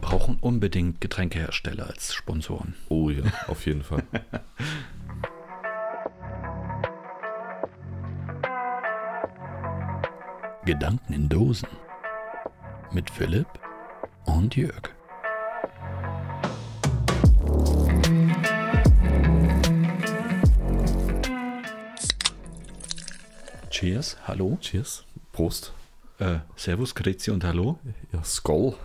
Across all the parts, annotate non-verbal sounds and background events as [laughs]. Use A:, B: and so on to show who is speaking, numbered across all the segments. A: brauchen unbedingt Getränkehersteller als Sponsoren.
B: Oh ja, auf jeden
A: [laughs]
B: Fall.
A: Gedanken in Dosen mit Philipp und Jörg. Cheers, hallo,
B: Cheers. Prost.
A: äh, Servus, Grüezi und Hallo.
B: Ja, Skoll.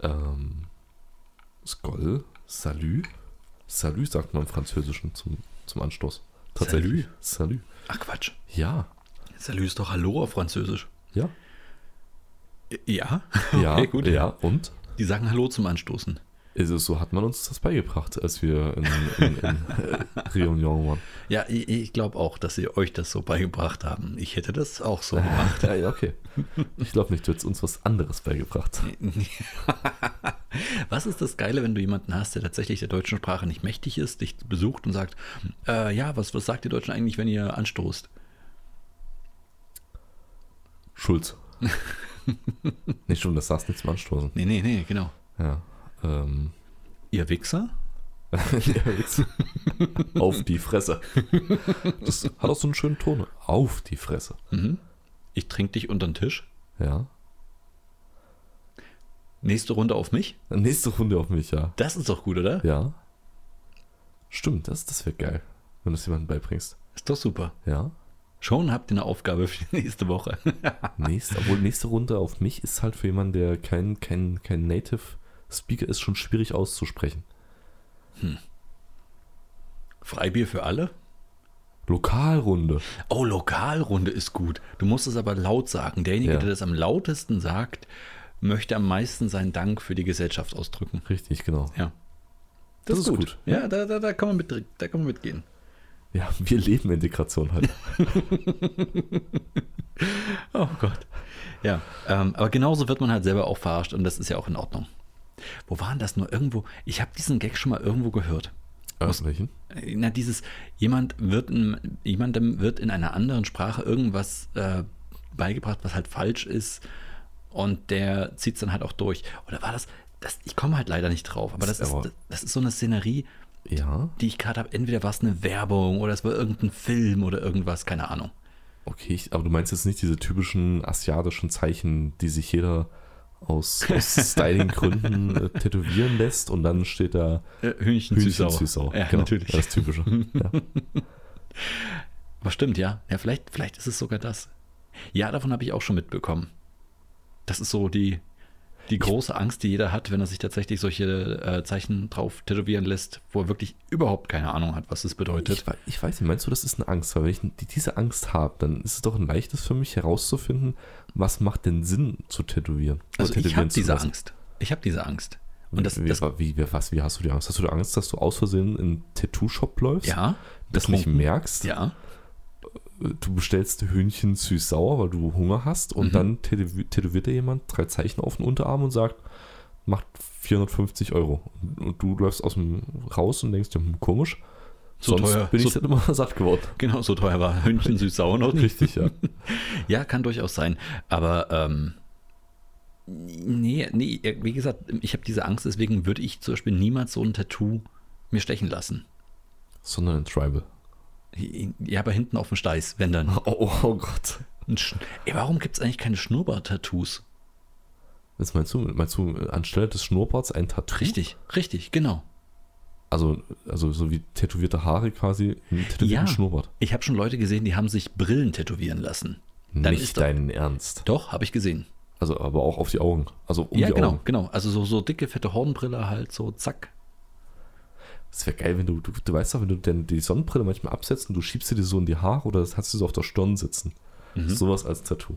B: Ähm, Skoll, Salut. Salut sagt man im Französischen zum, zum Anstoß. Tatsächlich. Salut.
A: Ach Quatsch,
B: Ja,
A: Salut ist doch Hallo auf Französisch. [laughs]
B: ja.
A: Ja,
B: Ja,
A: [laughs] okay, gut.
B: ja. Und?
A: Die sagen Hallo zum Anstoßen.
B: Also, so hat man uns das beigebracht, als wir in, in,
A: [laughs]
B: in äh, Réunion waren.
A: Ja, ich, ich glaube auch, dass sie euch das so beigebracht haben. Ich hätte das auch
B: [laughs]
A: so gemacht.
B: Ja, ja, okay. Ich glaube nicht, du hättest uns was anderes beigebracht.
A: Was ist das Geile, wenn du jemanden hast, der tatsächlich der deutschen Sprache nicht mächtig ist, dich besucht und sagt, äh, ja, was, was sagt ihr Deutschen eigentlich, wenn ihr anstoßt? [laughs]
B: Schulz. nee, stimmt, das saß nichts zum Anstoßen.
A: Nee, nee, nee, genau.
B: Ja. Ähm,
A: Ihr Wichser?
B: Ja, jetzt. [laughs] Auf die Fresse. Das hat auch so einen schönen Ton. Auf die Fresse.
A: Mhm. Ich trinke dich unter den Tisch.
B: Ja.
A: Nächste Runde auf mich?
B: Nächste Runde auf mich, ja.
A: Das ist doch gut, oder?
B: Ja. Stimmt, das, das wäre geil, wenn du es jemandem beibringst.
A: Ist doch super.
B: Ja.
A: Schon habt ihr eine Aufgabe für die nächste Woche. [laughs]
B: Nächste, obwohl nächste Runde auf mich ist halt für jemanden, der kein, kein, kein Native Speaker ist, schon schwierig auszusprechen.
A: Freibier für alle?
B: Lokalrunde.
A: Oh, Lokalrunde ist gut. Du musst es aber laut sagen. Derjenige,
B: Ja.
A: der das am lautesten sagt, möchte am meisten seinen Dank für die Gesellschaft ausdrücken.
B: Richtig, genau.
A: Ja.
B: Das ist gut.
A: Ja, da, da, da, kann man mit, da kann man mitgehen.
B: Ja, wir leben Integration halt.
A: Oh Gott. Ja, ähm, aber genauso wird man halt selber auch verarscht und das ist ja auch in Ordnung. Wo waren das nur irgendwo? Ich habe diesen Gag schon mal irgendwo gehört.
B: Öffentlichen?
A: Äh, Na, dieses, jemand wird in, jemandem wird in einer anderen Sprache irgendwas äh, beigebracht, was halt falsch ist und der zieht es dann halt auch durch. Oder war das, das ich komme halt leider nicht drauf, aber das,
B: Das ist
A: ist,
B: aber-
A: das ist so eine Szenerie,
B: Ja.
A: die ich gerade habe. Entweder war es eine Werbung oder es war irgendein Film oder irgendwas, keine Ahnung.
B: Okay, ich, aber du meinst jetzt nicht diese typischen asiatischen Zeichen, die sich jeder aus, aus
A: [laughs]
B: Styling-Gründen äh, tätowieren lässt und dann steht da
A: Äh, Hühnchen,
B: Hühnchen
A: Süßsauer. genau.
B: Süßau.
A: Ja, natürlich.
B: Das
A: [laughs]
B: typische. Ja.
A: Aber stimmt, ja. Ja, vielleicht, vielleicht ist es sogar das. Ja, davon habe ich auch schon mitbekommen. Das ist so die, die große Angst, die jeder hat, wenn er sich tatsächlich solche äh, Zeichen drauf tätowieren lässt, wo er wirklich überhaupt keine Ahnung hat, was es bedeutet.
B: Ich, wei- ich weiß nicht, meinst du, das ist eine Angst? Weil wenn ich die, diese Angst habe, dann ist es doch ein leichtes für mich herauszufinden, was macht denn Sinn zu tätowieren? Oder
A: Also ich
B: tätowieren
A: habe
B: zu
A: diese
B: lassen.
A: Angst. Ich habe diese Angst. Und das,
B: wie,
A: das
B: wie, wie, was, wie hast du die Angst? Hast du die Angst, dass du aus Versehen in einen Tattoo-Shop läufst?
A: ja,
B: Das nicht
A: betrunken.
B: merkst?
A: ja,
B: du bestellst Hühnchen süß-sauer, weil du Hunger hast und
A: Mhm.
B: dann tätowi- tätowiert dir jemand drei Zeichen auf den Unterarm und sagt, macht 450 Euro. Und du läufst aus dem raus und denkst dir, hm, komisch,
A: So
B: sonst
A: teuer,
B: bin ich
A: so-
B: dann immer [laughs] satt geworden.
A: [laughs] genau so teuer war Hühnchen süß sauer noch nicht.
B: Richtig, ja.
A: Ja, kann durchaus sein. Aber ähm, nee, nee, wie gesagt, ich habe diese Angst, deswegen würde ich zum Beispiel niemals so ein Tattoo mir stechen lassen.
B: Sondern ein Tribal.
A: Ja, aber hinten auf dem Steiß, wenn dann.
B: Oh, oh Gott.
A: Ein Sch- Ey, warum gibt es eigentlich keine Schnurrbart-Tattoos?
B: Was meinst du? Meinst du, äh, anstelle des Schnurrbarts ein Tattoo?
A: Richtig, richtig, genau.
B: Also, also so wie tätowierte Haare quasi, einen tätowierten
A: Ja.
B: Schnurrbart.
A: Ich habe schon Leute gesehen, die haben sich Brillen tätowieren lassen. Dann
B: Nicht
A: ist doch-
B: deinen Ernst.
A: Doch, habe ich gesehen.
B: Also, aber auch auf die Augen. Also um
A: ja,
B: die
A: genau,
B: Augen.
A: genau. Also so, so dicke, fette Hornbrille halt, so zack.
B: Das wäre geil, wenn du, du, du weißt doch, wenn du denn die Sonnenbrille manchmal absetzt und du schiebst dir die so in die Haare oder das hast du so auf der Stirn sitzen.
A: Mhm.
B: Sowas als Tattoo.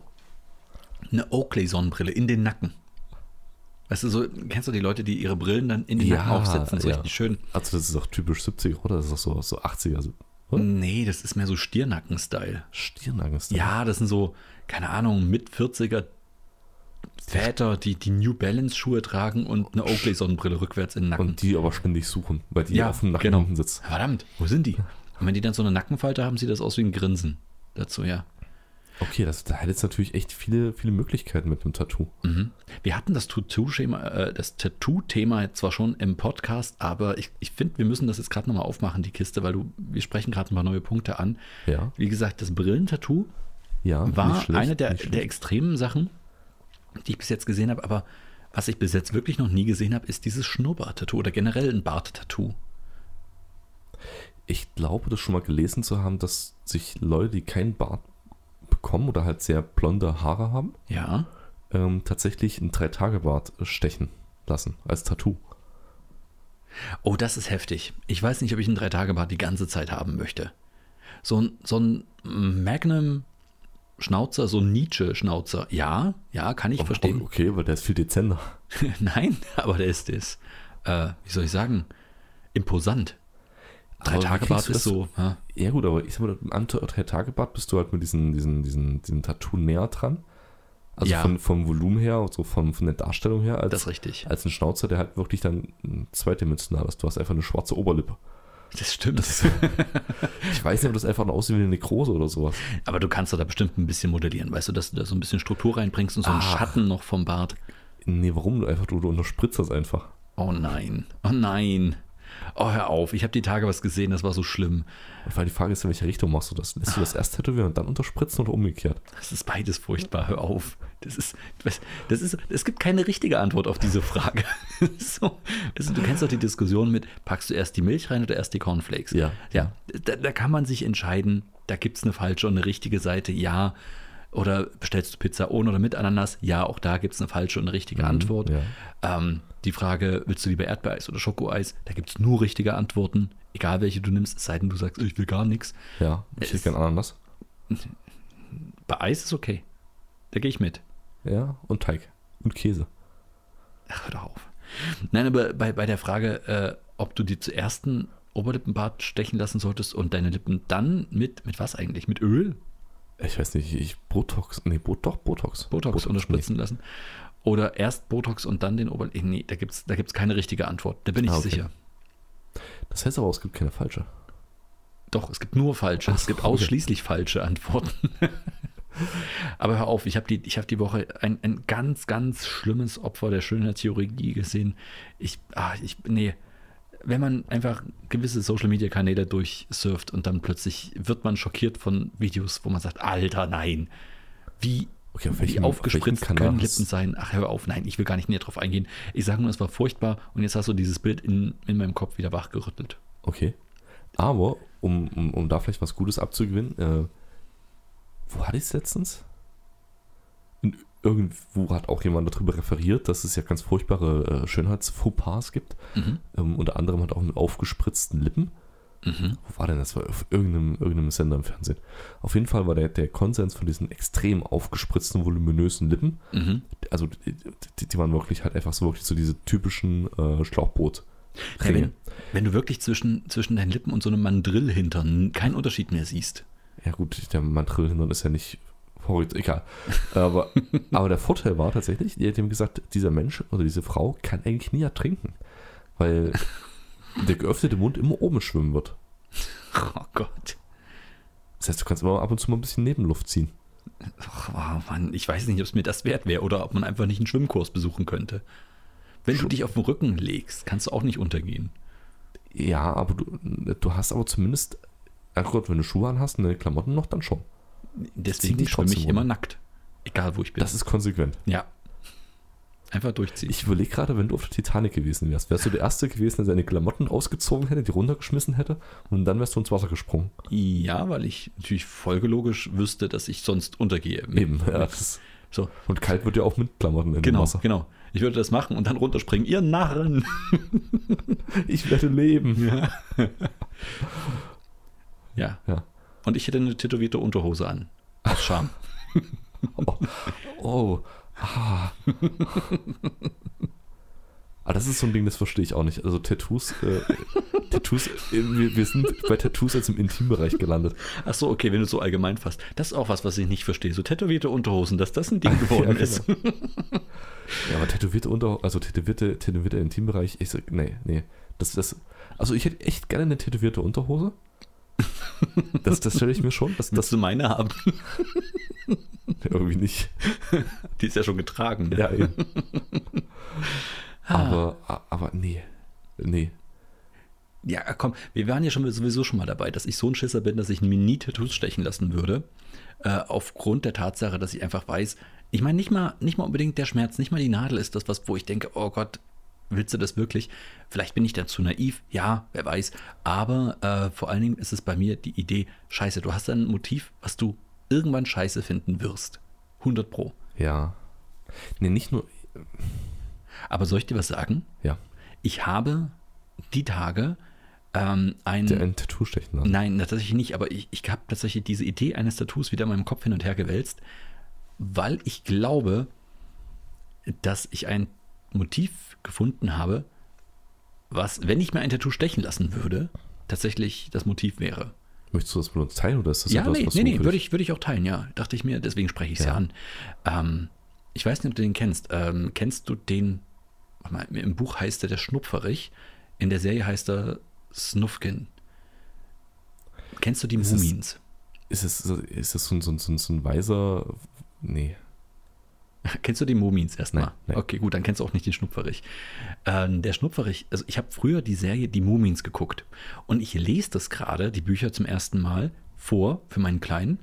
A: Eine Oakley-Sonnenbrille in den Nacken. Weißt du, so, kennst du die Leute, die ihre Brillen dann in den
B: Ja,
A: Nacken aufsetzen? So
B: ja.
A: richtig schön.
B: Also das ist auch typisch 70er, oder? Das ist auch so, so 80er. Also, oder?
A: Nee, das ist mehr so Stirnacken-Style.
B: Stirnangst.
A: Ja, das sind so, keine Ahnung, mit 40er Väter, die die New Balance Schuhe tragen und eine Oakley Sonnenbrille rückwärts in den Nacken. genau.
B: Und die aber ständig suchen, weil die auf dem Nacken hinten sitzt.
A: Verdammt, wo sind die? Und wenn die dann so eine Nackenfalte haben, sieht das aus wie ein Grinsen dazu, ja.
B: Okay, das, da hätte jetzt natürlich echt viele, viele Möglichkeiten mit einem Tattoo.
A: Mhm. Wir hatten das Tattoo-Thema äh, das Tattoo-Thema jetzt zwar schon im Podcast, aber ich, ich finde, wir müssen das jetzt gerade nochmal aufmachen, die Kiste, weil du, wir sprechen gerade ein paar neue Punkte an.
B: Ja,
A: Wie gesagt, das Brillentattoo
B: ja.
A: war
B: nicht schlecht,
A: eine der,
B: nicht schlecht.
A: der extremen Sachen, die ich bis jetzt gesehen habe, aber was ich bis jetzt wirklich noch nie gesehen habe, ist dieses Schnurrbart-Tattoo oder generell ein Bart-Tattoo.
B: Ich glaube, das schon mal gelesen zu haben, dass sich Leute, die keinen Bart bekommen oder halt sehr blonde Haare haben,
A: Ja.
B: ähm, tatsächlich einen Drei-Tage-Bart stechen lassen als Tattoo.
A: Oh, das ist heftig. Ich weiß nicht, ob ich einen Drei-Tage-Bart die ganze Zeit haben möchte. So ein, so ein Magnum-Schnauzer, so ein Nietzsche-Schnauzer. Ja, ja, kann ich verstehen.
B: Okay, weil der ist viel dezenter.
A: [laughs] Nein, aber der ist, der ist äh, wie soll ich sagen, imposant.
B: Aber wie kriegst
A: Drei-Tage-Bart
B: du
A: ist
B: das-
A: so. Ja.
B: Ja gut, aber ich sag mal, am Drei-Tage-Bad bist du halt mit diesem diesen, diesen, diesen Tattoo näher dran. Also
A: Ja.
B: von, vom Volumen her, also von, von der Darstellung her,
A: Das
B: als,
A: ist richtig.
B: als ein Schnauzer, der halt wirklich dann mm, zweidimensional ist. Du hast einfach eine schwarze Oberlippe.
A: Das stimmt.
B: Ich weiß nicht, ob das einfach nur aussieht wie eine Nekrose oder sowas.
A: aber du kannst doch da bestimmt ein bisschen modellieren, weißt du, dass du da so ein bisschen Struktur reinbringst und so einen
B: Ah.
A: Schatten noch vom Bart.
B: Nee, warum? Einfach, du, du unterspritzt das einfach.
A: Oh nein, oh nein. Oh, hör auf, ich habe die Tage was gesehen, das war so schlimm.
B: Und weil die Frage ist, in welche Richtung machst du das? Lässt du das erst tätowieren und dann unterspritzen oder umgekehrt?
A: Das ist beides furchtbar, hör auf. Das ist, was- das ist, es gibt keine richtige Antwort auf diese Frage. [laughs] so, also du kennst doch die Diskussion mit, packst du erst die Milch rein oder erst die Cornflakes?
B: Ja.
A: Ja, da, da kann man sich entscheiden, da gibt es eine falsche und eine richtige Seite, ja. Oder bestellst du Pizza ohne oder mit Ananas? Ja, auch da gibt es eine falsche und eine richtige Antwort.
B: Mhm, ja.
A: Ähm, die Frage, willst du lieber Erdbeereis oder Schokoeis? Da gibt es nur richtige Antworten, egal welche du nimmst, es sei denn du sagst, ich will gar nichts.
B: Ja, ich hätte
A: Es-
B: gern Ananas.
A: Bei Eis ist okay. Da gehe ich mit.
B: Ja, und Teig. Und Käse.
A: Ach, hör doch auf. Nein, aber bei, bei der Frage, äh, ob du dir zuerst einen Oberlippenbart stechen lassen solltest und deine Lippen dann mit, mit was eigentlich? Mit Öl?
B: Ich weiß nicht, ich Botox. Nee, Bo, doch, Botox.
A: Botox, unterspritzen lassen? Oder erst Botox und dann den Oberlippen? Nee, da gibt es da gibt's keine richtige Antwort. Da bin ich
B: Ah, okay.
A: sicher.
B: Nee. Das heißt aber, es gibt keine falsche.
A: Doch, es gibt nur falsche.
B: Ach
A: es gibt
B: so, okay.
A: ausschließlich falsche Antworten. [laughs] Aber hör auf, ich habe die, ich hab die Woche ein, ein ganz, ganz schlimmes Opfer der Schönheitschirurgie gesehen. Ich, ah, ich, nee. Wenn man einfach gewisse Social-Media-Kanäle durchsurft und dann plötzlich wird man schockiert von Videos, wo man sagt, Alter, nein. Wie,
B: Okay, auf
A: wie
B: welchem- auf
A: aufgespritzt
B: welchem Kanal
A: können
B: hast-
A: Lippen sein? Ach, hör auf, nein, ich will gar nicht näher drauf eingehen. Ich sage nur, es war furchtbar und jetzt hast du dieses Bild in, in meinem Kopf wieder wachgerüttelt.
B: Okay. Aber, um, um, um da vielleicht was Gutes abzugewinnen, äh, wo hatte ich es letztens? In, irgendwo hat auch jemand darüber referiert, dass es ja ganz furchtbare äh, Schönheits-Fauxpas gibt.
A: Mhm.
B: Ähm, unter anderem hat auch mit aufgespritzten Lippen.
A: Mhm.
B: Wo war denn das? War auf irgendeinem, irgendeinem Sender im Fernsehen. Auf jeden Fall war der, der Konsens von diesen extrem aufgespritzten, voluminösen Lippen.
A: Mhm.
B: Also, die, die, die waren wirklich halt einfach so wirklich so diese typischen äh, Schlauchboot.
A: Ja, wenn, wenn du wirklich zwischen, zwischen deinen Lippen und so einem Mandrillhintern keinen Unterschied mehr siehst. [laughs]
B: Ja, gut, der Mandrillhindern ist ja nicht horizontal, egal.
A: [laughs]
B: Aber, aber der Vorteil war tatsächlich, die hat ihm gesagt, dieser Mensch oder diese Frau kann eigentlich nie ertrinken, weil der geöffnete Mund immer oben schwimmen wird.
A: Oh Gott.
B: Das heißt, du kannst immer ab und zu mal ein bisschen Nebenluft ziehen.
A: Ach, oh Mann, ich weiß nicht, ob es mir das wert wäre oder ob man einfach nicht einen Schwimmkurs besuchen könnte. Wenn du dich auf den Rücken legst, kannst du auch nicht untergehen.
B: Ja, aber du, du hast aber zumindest, ach Gott, wenn du Schuhe an hast und deine Klamotten noch, dann schon.
A: Deswegen
B: dich
A: schwimme
B: trotzdem
A: ich immer
B: runter.
A: nackt. Egal, wo ich bin.
B: Das ist konsequent.
A: ja. Einfach durchziehen.
B: Ich überlege gerade, wenn du auf der Titanic gewesen wärst, wärst du der Erste gewesen, der seine Klamotten ausgezogen hätte, die runtergeschmissen hätte und dann wärst du ins Wasser gesprungen.
A: ja, weil ich natürlich folgelogisch wüsste, dass ich sonst untergehe. Mit-
B: Eben, ja. Das ist,
A: So,
B: Und kalt wird ja auch mit Klamotten in
A: genau,
B: dem Wasser.
A: genau. Ich würde das machen und dann runterspringen. Ihr Narren!
B: Ich werde leben.
A: Ja.
B: Ja.
A: Und ich hätte eine tätowierte Unterhose an. Aus
B: [laughs]
A: Scham.
B: Oh. oh. Ah. ah, das ist so ein Ding, das verstehe ich auch nicht. Also Tattoos, äh, Tattoos, äh, wir, wir sind bei Tattoos jetzt im Intimbereich gelandet.
A: Ach so, okay, wenn du es so allgemein fasst. Das ist auch was, was ich nicht verstehe. So tätowierte Unterhosen, dass das
B: [laughs]
A: ein Ding geworden
B: genau.
A: ist. [laughs]
B: Ja, aber tätowierte unter, also tätowierte, tätowierte Intimbereich, ich sag, nee, nee. Das, das, also ich hätte echt gerne eine tätowierte Unterhose. Das, [laughs] das stelle ich mir schon. Das, das,
A: Dass du meine haben.
B: Irgendwie nicht.
A: Die ist ja schon getragen. Ne?
B: Ja, eben.
A: Ah.
B: aber, a- aber nee. Nee.
A: Ja, komm, wir waren ja schon sowieso schon mal dabei, dass ich so ein Schisser bin, dass ich mir nie Tattoos stechen lassen würde. Äh, aufgrund der Tatsache, dass ich einfach weiß, ich meine, nicht mal, nicht mal unbedingt der Schmerz, nicht mal die Nadel ist das, was, wo ich denke, oh Gott, willst du das wirklich? Vielleicht bin ich dann zu naiv, ja, wer weiß. Aber äh, vor allen Dingen ist es bei mir die Idee, scheiße, du hast da ein Motiv, was du irgendwann scheiße finden wirst. 100 Pro.
B: Ja. Nee, nicht nur.
A: Aber soll ich dir was sagen?
B: Ja.
A: Ich habe die Tage ähm, ein.
B: Der ein Tattoo stechen lassen.
A: Nein, tatsächlich nicht, aber ich, ich habe tatsächlich diese Idee eines Tattoos wieder in meinem Kopf hin und her gewälzt, weil ich glaube, dass ich ein Motiv gefunden habe, was, wenn ich mir ein Tattoo stechen lassen würde, tatsächlich das Motiv wäre.
B: Möchtest du das mit uns teilen oder ist das
A: ja,
B: etwas,
A: nee,
B: was
A: nee,
B: du
A: nee,
B: für
A: würde
B: dich-
A: ich, würde ich auch teilen, ja. Dachte ich mir, deswegen spreche ich es ja.
B: Ja.
A: an. Ähm, ich weiß nicht, ob du den kennst. Ähm, kennst du den, warte mal, im Buch heißt er der Schnupferich, in der Serie heißt er Snufkin. Kennst du die
B: Es ist-
A: Mumins? [laughs]
B: Ist das, ist das so, ein, so, ein, so, ein, so ein weiser. Nee.
A: Kennst du die Mumins erstmal?
B: Nein, nein.
A: Okay, gut, dann kennst du auch nicht den Schnupferich. Ähm, der Schnupferich, also ich habe früher die Serie Die Mumins geguckt und ich lese das gerade, die Bücher zum ersten Mal vor für meinen Kleinen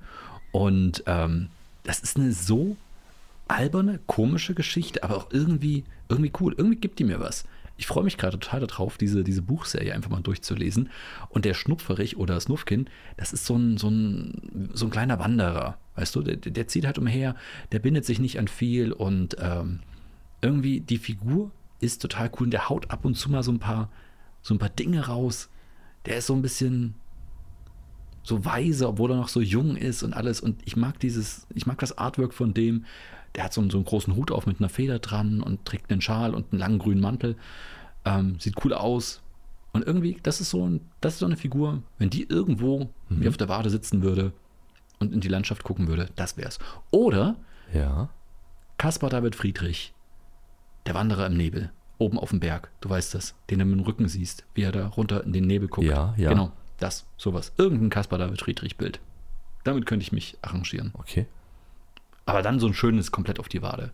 A: und ähm, das ist eine so alberne, komische Geschichte, aber auch irgendwie, irgendwie cool. Irgendwie gibt die mir was. Ich freue mich gerade total darauf, diese, diese Buchserie einfach mal durchzulesen. Und der Schnupferich oder Snufkin, das ist so ein, so ein, so ein kleiner Wanderer. Weißt du, der, der zieht halt umher, der bindet sich nicht an viel und ähm, irgendwie die Figur ist total cool. Und der haut ab und zu mal so ein paar, so ein paar Dinge raus. Der ist so ein bisschen, so weise, obwohl er noch so jung ist und alles. Und ich mag dieses, ich mag das Artwork von dem. Der hat so einen, so einen großen Hut auf mit einer Feder dran und trägt einen Schal und einen langen grünen Mantel. Ähm, sieht cool aus. Und irgendwie, das ist so ein, das ist so eine Figur, wenn die irgendwo mir auf der Wade sitzen würde und in die Landschaft gucken würde, das wär's. Oder
B: Ja.
A: Kaspar David Friedrich, der Wanderer im Nebel, oben auf dem Berg, du weißt das, den du mit dem Rücken siehst, wie er da runter in den Nebel guckt.
B: Ja, ja.
A: Genau, das, sowas. Irgendein Kaspar David Friedrich-Bild. Damit könnte ich mich arrangieren.
B: Okay.
A: Aber dann so ein schönes komplett auf die Wade.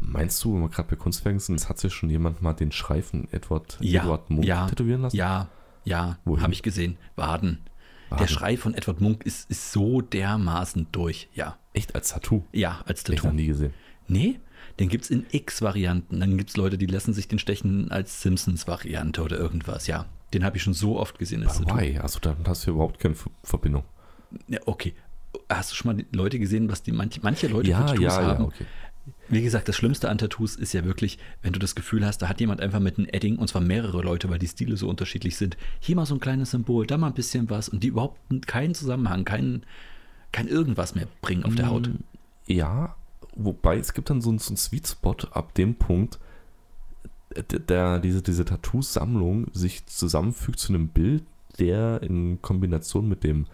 B: Meinst du, wenn wir gerade bei Kunstwerken sind, es hat sich schon jemand mal den Schreifen Edward, Edward Munch
A: ja,
B: tätowieren lassen?
A: Ja, ja,
B: Wohin?
A: habe ich gesehen. Waden. Der
B: Waden.
A: Schrei von Edward Munk ist, ist so dermaßen durch. Ja,
B: Echt als Tattoo?
A: ja, als
B: Ich noch
A: Tattoo.
B: nie gesehen.
A: Nee, den gibt es in X-Varianten. Dann gibt es Leute, die lassen sich den stechen als Simpsons-Variante oder irgendwas, ja. Den habe ich schon so oft gesehen. als Tattoo.
B: Why? Also da hast du überhaupt keine Ver- Verbindung.
A: Ja, okay. Hast du schon mal die Leute gesehen, was die manche, manche Leute für
B: Ja, ja,
A: Tattoos
B: ja,
A: haben?
B: okay.
A: Wie gesagt, das Schlimmste an Tattoos ist ja wirklich, wenn du das Gefühl hast, da hat jemand einfach mit einem Edding, und zwar mehrere Leute, weil die Stile so unterschiedlich sind, hier mal so ein kleines Symbol, da mal ein bisschen was und die überhaupt keinen Zusammenhang, keinen, kein irgendwas mehr bringen auf der Haut.
B: Mhm. Mm, Ja, wobei es gibt dann so einen, so einen Sweet Spot ab dem Punkt, der, der diese, diese Tattoo-Sammlung sich zusammenfügt zu einem Bild, der in Kombination mit dem,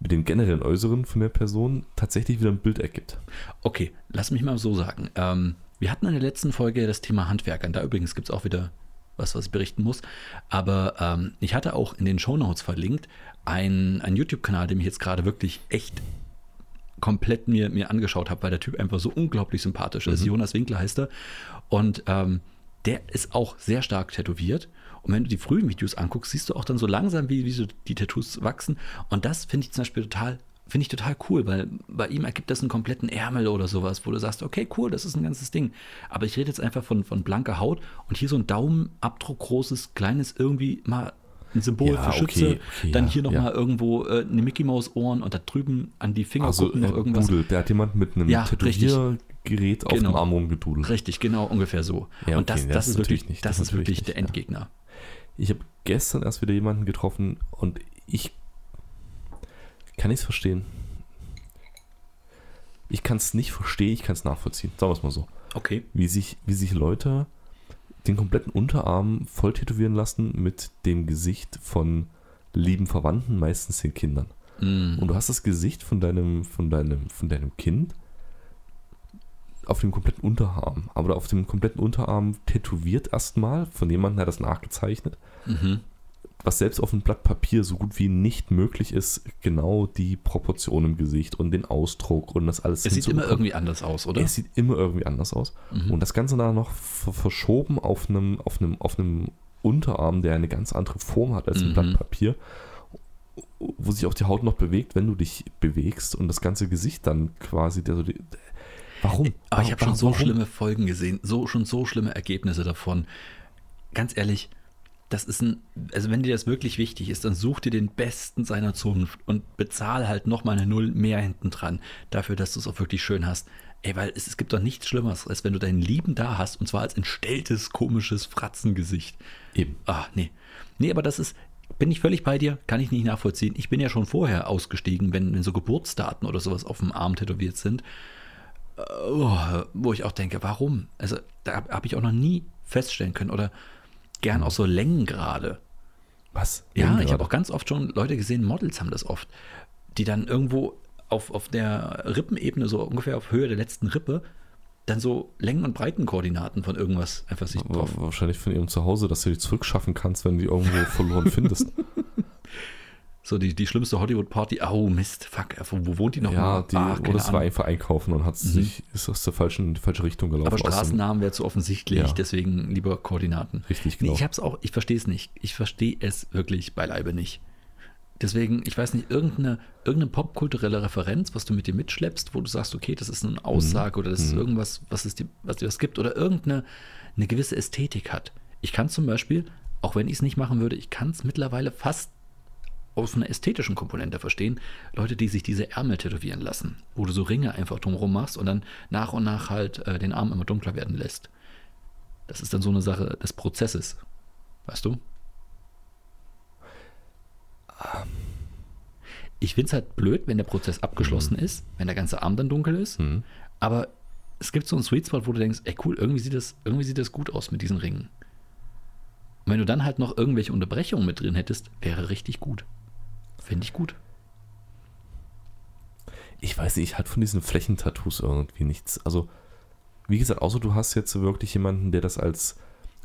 B: mit dem generellen Äußeren von der Person tatsächlich wieder ein Bild ergibt.
A: Okay, lass mich mal so sagen. Ähm, wir hatten in der letzten Folge das Thema Handwerkern. Da übrigens gibt es auch wieder was, was ich berichten muss. Aber ähm, ich hatte auch in den Shownotes verlinkt einen, einen YouTube-Kanal, den ich jetzt gerade wirklich echt komplett mir, mir angeschaut habe, weil der Typ einfach so unglaublich sympathisch
B: Mhm.
A: ist. Jonas Winkler heißt er. Und ähm, der ist auch sehr stark tätowiert. Und wenn du die frühen Videos anguckst, siehst du auch dann so langsam, wie, wie so die Tattoos wachsen. Und das finde ich zum Beispiel total, finde ich total cool, weil bei ihm ergibt das einen kompletten Ärmel oder sowas, wo du sagst, okay, cool, das ist ein ganzes Ding. Aber ich rede jetzt einfach von, von blanker Haut und hier so ein Daumenabdruck, großes, kleines, irgendwie mal ein Symbol
B: Ja,
A: für Schütze.
B: okay, okay,
A: dann
B: ja,
A: hier
B: ja.
A: nochmal irgendwo äh, eine Mickey Maus Ohren und da drüben an die Finger gucken noch
B: äh,
A: irgendwas.
B: Dudel, der hat jemand mit einem
A: Ja, richtig.
B: Tätowiergerät auf
A: Genau.
B: dem Arm rumgedudelt.
A: Richtig, genau, ungefähr so.
B: Ja,
A: und das,
B: okay,
A: das,
B: das
A: ist
B: natürlich
A: wirklich,
B: nicht,
A: das,
B: das
A: ist wirklich
B: natürlich
A: der
B: nicht,
A: Endgegner.
B: Ich habe gestern erst wieder jemanden getroffen und ich kann nichts verstehen. Ich kann es nicht verstehen, ich kann es nachvollziehen. Sagen wir es mal so.
A: Okay.
B: Wie sich, wie sich Leute den kompletten Unterarm voll tätowieren lassen mit dem Gesicht von lieben Verwandten, meistens den Kindern.
A: Mm,
B: Ähm, Und du hast das Gesicht von deinem, von deinem, von deinem Kind auf dem kompletten Unterarm. Aber auf dem kompletten Unterarm tätowiert erstmal von jemandem, der das nachgezeichnet
A: mhm.
B: was selbst auf einem Blatt Papier so gut wie nicht möglich ist, genau die Proportion im Gesicht und den Ausdruck und das alles.
A: Es sieht immer
B: hinzubekommen.
A: irgendwie anders aus, oder?
B: Es sieht immer irgendwie anders aus.
A: Mhm.
B: Und das Ganze dann noch ver- verschoben auf einem, auf, einem, auf einem Unterarm, der eine ganz andere Form hat als ein
A: Mhm.
B: Blatt Papier, wo sich auch die Haut noch bewegt, wenn du dich bewegst und das ganze Gesicht dann quasi. Der so die, warum?
A: Äh, Aber Ah, ich
B: Warum?
A: habe schon so
B: Warum?
A: schlimme Folgen gesehen, so schon so schlimme Ergebnisse davon. Ganz ehrlich, das ist ein, also wenn dir das wirklich wichtig ist, dann such dir den besten seiner Zunft und bezahl halt nochmal eine Null mehr hinten dran, dafür, dass du es auch wirklich schön hast. Ey, weil es, es gibt doch nichts Schlimmeres, als wenn du deinen Lieben da hast und zwar als entstelltes, komisches Fratzengesicht.
B: Eben.
A: Ah, nee. Nee, aber das ist, bin ich völlig bei dir, kann ich nicht nachvollziehen. Ich bin ja schon vorher ausgestiegen, wenn, wenn so Geburtsdaten oder sowas auf dem Arm tätowiert sind, äh, oh, wo ich auch denke, warum? Also, da habe hab ich auch noch nie feststellen können oder gern auch so Längengrade.
B: Was?
A: Ja,
B: Nehmen
A: ich
B: gerade.
A: habe auch ganz oft schon Leute gesehen, Models haben das oft, die dann irgendwo auf, auf der Rippenebene, so ungefähr auf Höhe der letzten Rippe, dann so Längen- und Breitenkoordinaten von irgendwas einfach sich drauf
B: Wa- Wahrscheinlich von ihrem Zuhause, dass du die zurückschaffen kannst, wenn du die irgendwo
A: [laughs]
B: verloren findest.
A: So die, die schlimmste Hollywood-Party. Oh Mist, fuck, wo wohnt die noch?
B: ja, die,
A: ah,
B: oder
A: keine
B: es war
A: Ahnung. Mhm.
B: einfach einkaufen und hat's sich, ist aus der falschen, in die falsche Richtung gelaufen.
A: Aber
B: Aus dem-
A: Straßennamen wäre zu offensichtlich,
B: Ja.
A: deswegen lieber Koordinaten.
B: Richtig,
A: Nee,
B: genau.
A: ich hab's auch, ich verstehe es nicht. Ich verstehe es wirklich beileibe nicht. Deswegen, ich weiß nicht, irgendeine, irgendeine popkulturelle Referenz, was du mit dir mitschleppst, wo du sagst, okay, das ist eine Aussage oder das ist irgendwas, was es dir, was dir was gibt oder irgendeine eine gewisse Ästhetik hat. Ich kann zum Beispiel, auch wenn ich es nicht machen würde, ich kann es mittlerweile fast aus einer ästhetischen Komponente verstehen, Leute, die sich diese Ärmel tätowieren lassen, wo du so Ringe einfach drumherum machst und dann nach und nach halt äh, den Arm immer dunkler werden lässt. Das ist dann so eine Sache des Prozesses. Weißt du? Ähm. Ich finde es halt blöd, wenn der Prozess abgeschlossen ist, wenn der ganze Arm dann dunkel ist.
B: Mhm.
A: Aber es gibt so einen Sweet Spot, wo du denkst, ey cool, irgendwie sieht das, irgendwie sieht das gut aus mit diesen Ringen. Und wenn du dann halt noch irgendwelche Unterbrechungen mit drin hättest, wäre richtig gut. Finde ich gut.
B: Ich weiß nicht, ich halt von diesen Flächentattoos irgendwie nichts. Also, wie gesagt, außer du hast jetzt wirklich jemanden, der das als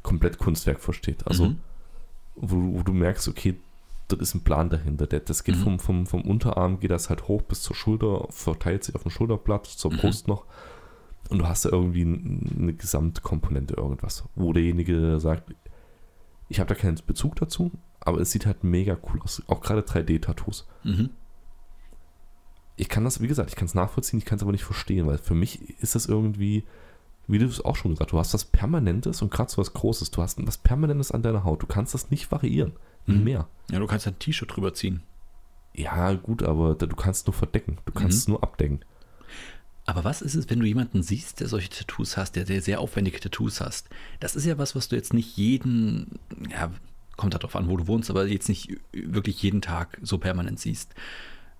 B: komplett Kunstwerk versteht. Also,
A: Mhm.
B: wo, du- wo du merkst, okay, da ist ein Plan dahinter. Der, das geht
A: Mhm.
B: vom, vom, vom Unterarm, geht das halt hoch bis zur Schulter, verteilt sich auf dem Schulterblatt,
A: Mhm.
B: zur Brust noch. Und du hast da irgendwie n- eine Gesamtkomponente irgendwas, wo derjenige sagt, ich habe da keinen Bezug dazu, aber es sieht halt mega cool aus. Auch gerade 3D-Tattoos.
A: Mhm.
B: Ich kann das, wie gesagt, ich kann es nachvollziehen, ich kann es aber nicht verstehen, weil für mich ist das irgendwie, wie du es auch schon gesagt hast, du hast was Permanentes und gerade so was Großes. Du hast was Permanentes an deiner Haut. Du kannst das nicht variieren. nie
A: Mhm.
B: Mehr.
A: Ja, du kannst ein T-Shirt drüber ziehen.
B: Ja, gut, aber da, du kannst nur verdecken. Du kannst es nur abdecken.
A: Aber was ist es, wenn du jemanden siehst, der solche Tattoos hast, der, der sehr aufwendige Tattoos hast? Das ist ja was, was du jetzt nicht jeden, ja, kommt halt drauf an, wo du wohnst, aber jetzt nicht wirklich jeden Tag so permanent siehst.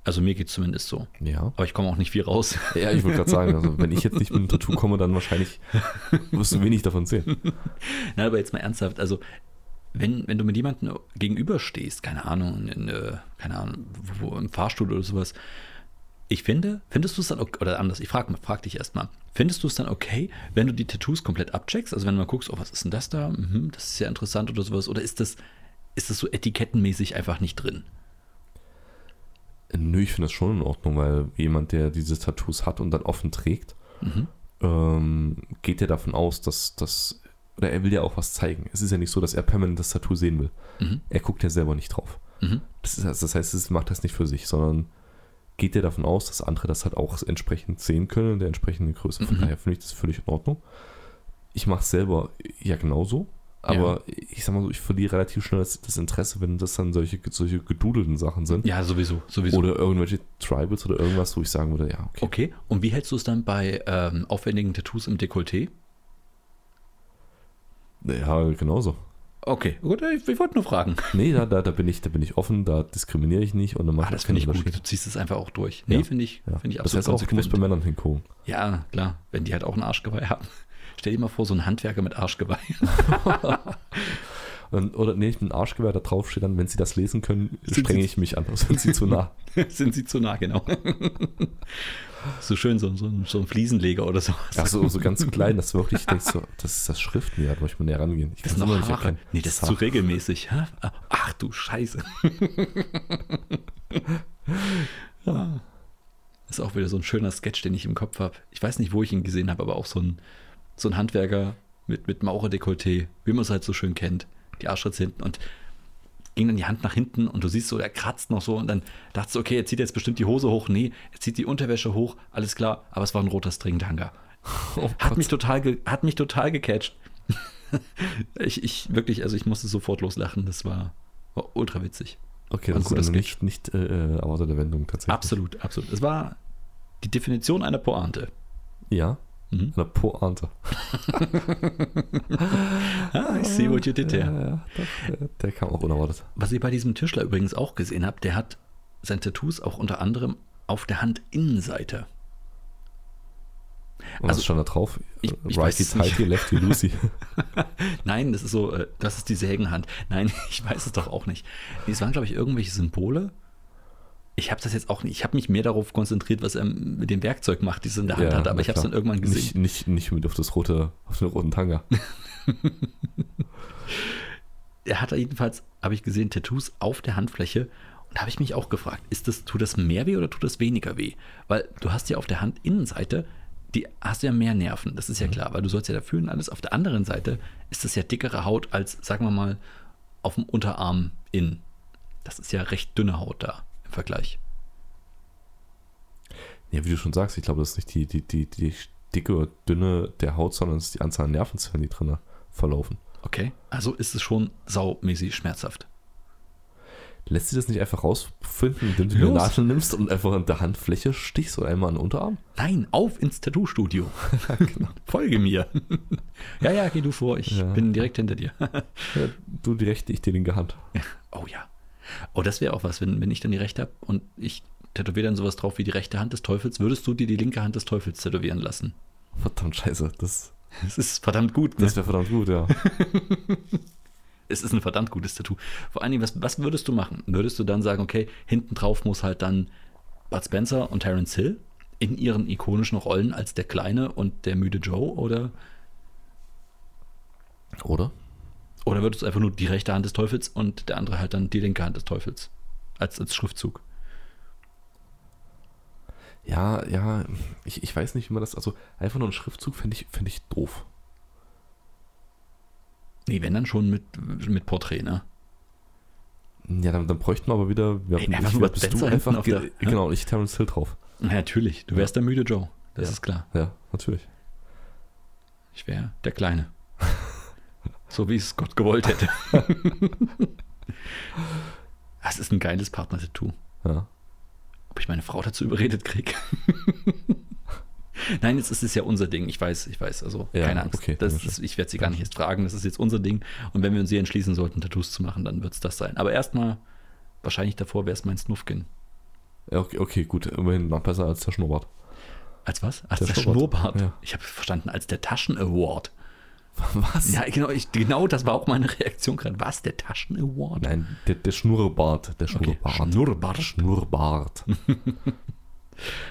A: Also mir geht es zumindest so.
B: Ja.
A: Aber ich komme auch nicht viel raus.
B: Ja, ich wollte gerade sagen, also wenn ich jetzt nicht mit einem Tattoo komme, dann wahrscheinlich wirst du wenig davon sehen.
A: Nein, aber jetzt mal ernsthaft, also wenn, wenn du mit jemandem gegenüberstehst, keine Ahnung, in, äh, keine Ahnung, wo, wo, im Fahrstuhl oder sowas, ich finde, findest du es dann, ok- oder anders, ich frage frag dich erstmal, findest du es dann okay, wenn du die Tattoos komplett abcheckst? Also wenn du mal guckst, oh, was ist denn das da? Mhm, das ist ja interessant oder sowas. Oder ist das, ist das so etikettenmäßig einfach nicht drin?
B: Nö, ich finde das schon in Ordnung, weil jemand, der diese Tattoos hat und dann offen trägt,
A: Mhm.
B: ähm, geht ja davon aus, dass das. Oder er will ja auch was zeigen. Es ist ja nicht so, dass er permanent das Tattoo sehen will.
A: Mhm.
B: Er guckt ja selber nicht drauf.
A: Mhm.
B: Das, ist, also das heißt, es macht das nicht für sich, sondern geht ja davon aus, dass andere das halt auch entsprechend sehen können in der entsprechenden Größe. Von
A: Mhm.
B: daher finde ich das völlig in Ordnung. Ich mache es selber ja genauso, aber ich sag mal so, ich verliere relativ schnell das, das Interesse, wenn das dann solche, solche gedudelten Sachen sind.
A: Ja, sowieso, sowieso.
B: Oder irgendwelche Tribals oder irgendwas, wo ich sagen würde, ja, okay.
A: okay, und wie hältst du es dann bei ähm, aufwendigen Tattoos im Dekolleté? Oh.
B: Ja, genauso.
A: Okay, gut, ich, ich wollte nur fragen.
B: Nee, da, da, da bin ich, da bin ich offen, da diskriminiere ich nicht und dann mache
A: Ah, das
B: auch
A: finde ich
B: keinen
A: gut.
B: Unterschied.
A: Du ziehst es einfach auch durch. Nee,
B: Ja.
A: finde ich,
B: Ja.
A: finde ich
B: das
A: absolut
B: heißt auch, du musst bei
A: konsequent.
B: Männern hingucken.
A: Ja, klar, wenn die halt auch ein Arschgeweih [laughs] haben. Stell dir mal vor, so ein Handwerker mit Arschgeweih. [laughs]
B: Und, oder nee, ich bin ein Arschgewehr, da drauf steht dann, wenn sie das lesen können,
A: Sind
B: strenge
A: sie-
B: [laughs] ich mich an, sonst sind sie zu nah.
A: Sind sie zu nah, genau. [laughs] So schön, so, so, so ein Fliesenleger oder sowas.
B: Ach so, so ganz klein, dass du wirklich denkst, so, das ist das Schriftmuster, da muss ich mal näher rangehen. Ich
A: Das
B: kann's
A: sind
B: immer
A: noch Haare.
B: erkennen.
A: Nee, das ist
B: Zah-
A: zu regelmäßig. Hä? Ach du Scheiße. [laughs] ja. Ist auch wieder so ein schöner Sketch, den ich im Kopf habe. Ich weiß nicht, wo ich ihn gesehen habe, aber auch so ein, so ein Handwerker mit, mit Maurerdekolleté, wie man es halt so schön kennt. Die Arschritze hinten und ging dann die Hand nach hinten und du siehst so, er kratzt noch so und dann dachtest du, okay, er zieht jetzt bestimmt die Hose hoch. Nee, er zieht die Unterwäsche hoch, alles klar, aber es war ein roter Stringtanga. hat,
B: Gott.
A: mich total ge- hat mich total gecatcht. [laughs] ich, ich wirklich, also ich musste sofort loslachen, das war, war ultra witzig.
B: Okay,
A: War ein
B: das ist
A: guter
B: eine nicht, nicht äh, erwartete Wendung tatsächlich.
A: Absolut, absolut. Es war die Definition einer Pointe.
B: Ja,
A: Mhm.
B: eine Pointe.
A: Ah, I see what you did there.
B: Ja, ja, doch, der, der kam auch unerwartet.
A: Was ich bei diesem Tischler übrigens auch gesehen habe, der hat seine Tattoos auch unter anderem auf der Handinnenseite.
B: Und
A: Also,
B: was stand da drauf?
A: ich- ich weiß
B: Righty,
A: es nicht.
B: tighty, lefty, [laughs] loosey.
A: Nein, das ist so, äh, das ist die Sägenhand. Nein, [laughs] ich weiß es doch auch nicht. Nee, es waren, glaube ich, irgendwelche Symbole. Ich habe das jetzt auch nicht, ich habe mich mehr darauf konzentriert, was er mit dem Werkzeug macht, das es in der Hand
B: Ja,
A: hat, aber
B: na
A: ich habe es
B: klar.
A: dann irgendwann gesehen.
B: Nicht, nicht, nicht mit auf, das rote, auf den roten Tanga.
A: er hatte jedenfalls, habe ich gesehen, Tattoos auf der Handfläche. Und da habe ich mich auch gefragt, ist das, tut das mehr weh oder tut das weniger weh? Weil du hast ja auf der Handinnenseite, die hast du ja mehr Nerven, das ist ja klar, weil du sollst ja da fühlen alles. Auf der anderen Seite ist das ja dickere Haut als, sagen wir mal, auf dem Unterarm innen. Das ist ja recht dünne Haut da im Vergleich.
B: Ja, wie du schon sagst, ich glaube, das ist nicht die, die, die, die dicke oder dünne der Haut, sondern es ist die Anzahl an Nervenzellen, die drin verlaufen.
A: Okay, also ist es schon saumäßig schmerzhaft.
B: Lässt sich das nicht einfach rausfinden, indem du eine
A: Los.
B: Nadel nimmst und einfach an der Handfläche stichst und einmal an den Unterarm?
A: Nein, auf ins Tattoo-Studio. Folge mir. [laughs] ja, ja, geh du vor, ich
B: Ja.
A: bin direkt hinter dir.
B: Ja, du die rechte, ich die linke Hand.
A: Oh ja. Oh, das wäre auch was, wenn, wenn ich dann die rechte habe und ich tätowiere dann sowas drauf wie die rechte Hand des Teufels, würdest du dir die linke Hand des Teufels tätowieren lassen? [laughs]
B: Verdammt scheiße, das,
A: Es ist verdammt gut, ne?
B: das wäre verdammt gut, ja.
A: Es ist ein verdammt gutes Tattoo. Vor allen Dingen, was, was würdest du machen? Würdest du dann sagen, okay, hinten drauf muss halt dann Bud Spencer und Terence Hill in ihren ikonischen Rollen als der Kleine und der müde Joe oder,
B: Oder?
A: oder würdest du einfach nur die rechte Hand des Teufels und der andere halt dann die linke Hand des Teufels als, als Schriftzug?
B: Ja, ja, ich, ich weiß nicht, wie man das, also einfach nur einen Schriftzug fände ich, fänd ich doof.
A: Nee, wenn dann schon mit, mit Porträt, ne?
B: Ja, dann, dann bräuchten wir aber wieder, wir
A: Ey,
B: ich,
A: einfach nur
B: wer
A: Bud
B: bist
A: Spencer
B: du
A: hinten
B: einfach,
A: auf
B: ge-
A: der- ne?
B: genau, und ich Terence Hill drauf.
A: Na, natürlich, du wärst der müde Joe, das
B: Ja.
A: ist klar.
B: Ja, natürlich.
A: Ich wäre der
B: [laughs]
A: Kleine. so wie es Gott gewollt hätte. [laughs] das ist ein geiles Partner-Tattoo.
B: Ja.
A: Ob ich meine Frau dazu überredet kriege? [laughs] Nein, jetzt ist es ja unser Ding. Ich weiß, ich weiß. Also
B: Ja,
A: keine Angst.
B: okay,
A: das
B: danke
A: ist, ich werde sie gar nicht jetzt fragen. Das ist jetzt unser Ding. Und wenn wir uns hier entschließen sollten, Tattoos zu machen, dann wird es das sein. Aber erstmal, wahrscheinlich davor wäre es mein Snufkin.
B: Ja, Okay, okay, gut, immerhin noch besser als der Schnurrbart.
A: Als was? Als der,
B: Der
A: Schnurrbart.
B: Schnurrbart. Ja.
A: Ich habe verstanden, als der Taschen-Award.
B: Was?
A: Ja, genau, ich, genau das war auch meine Reaktion gerade. Was? Der Taschen-Award?
B: Nein, der, der Schnurrbart, der
A: Okay.
B: Schnurrbart.
A: Schnurrbart. [laughs]
B: Schnurrbart.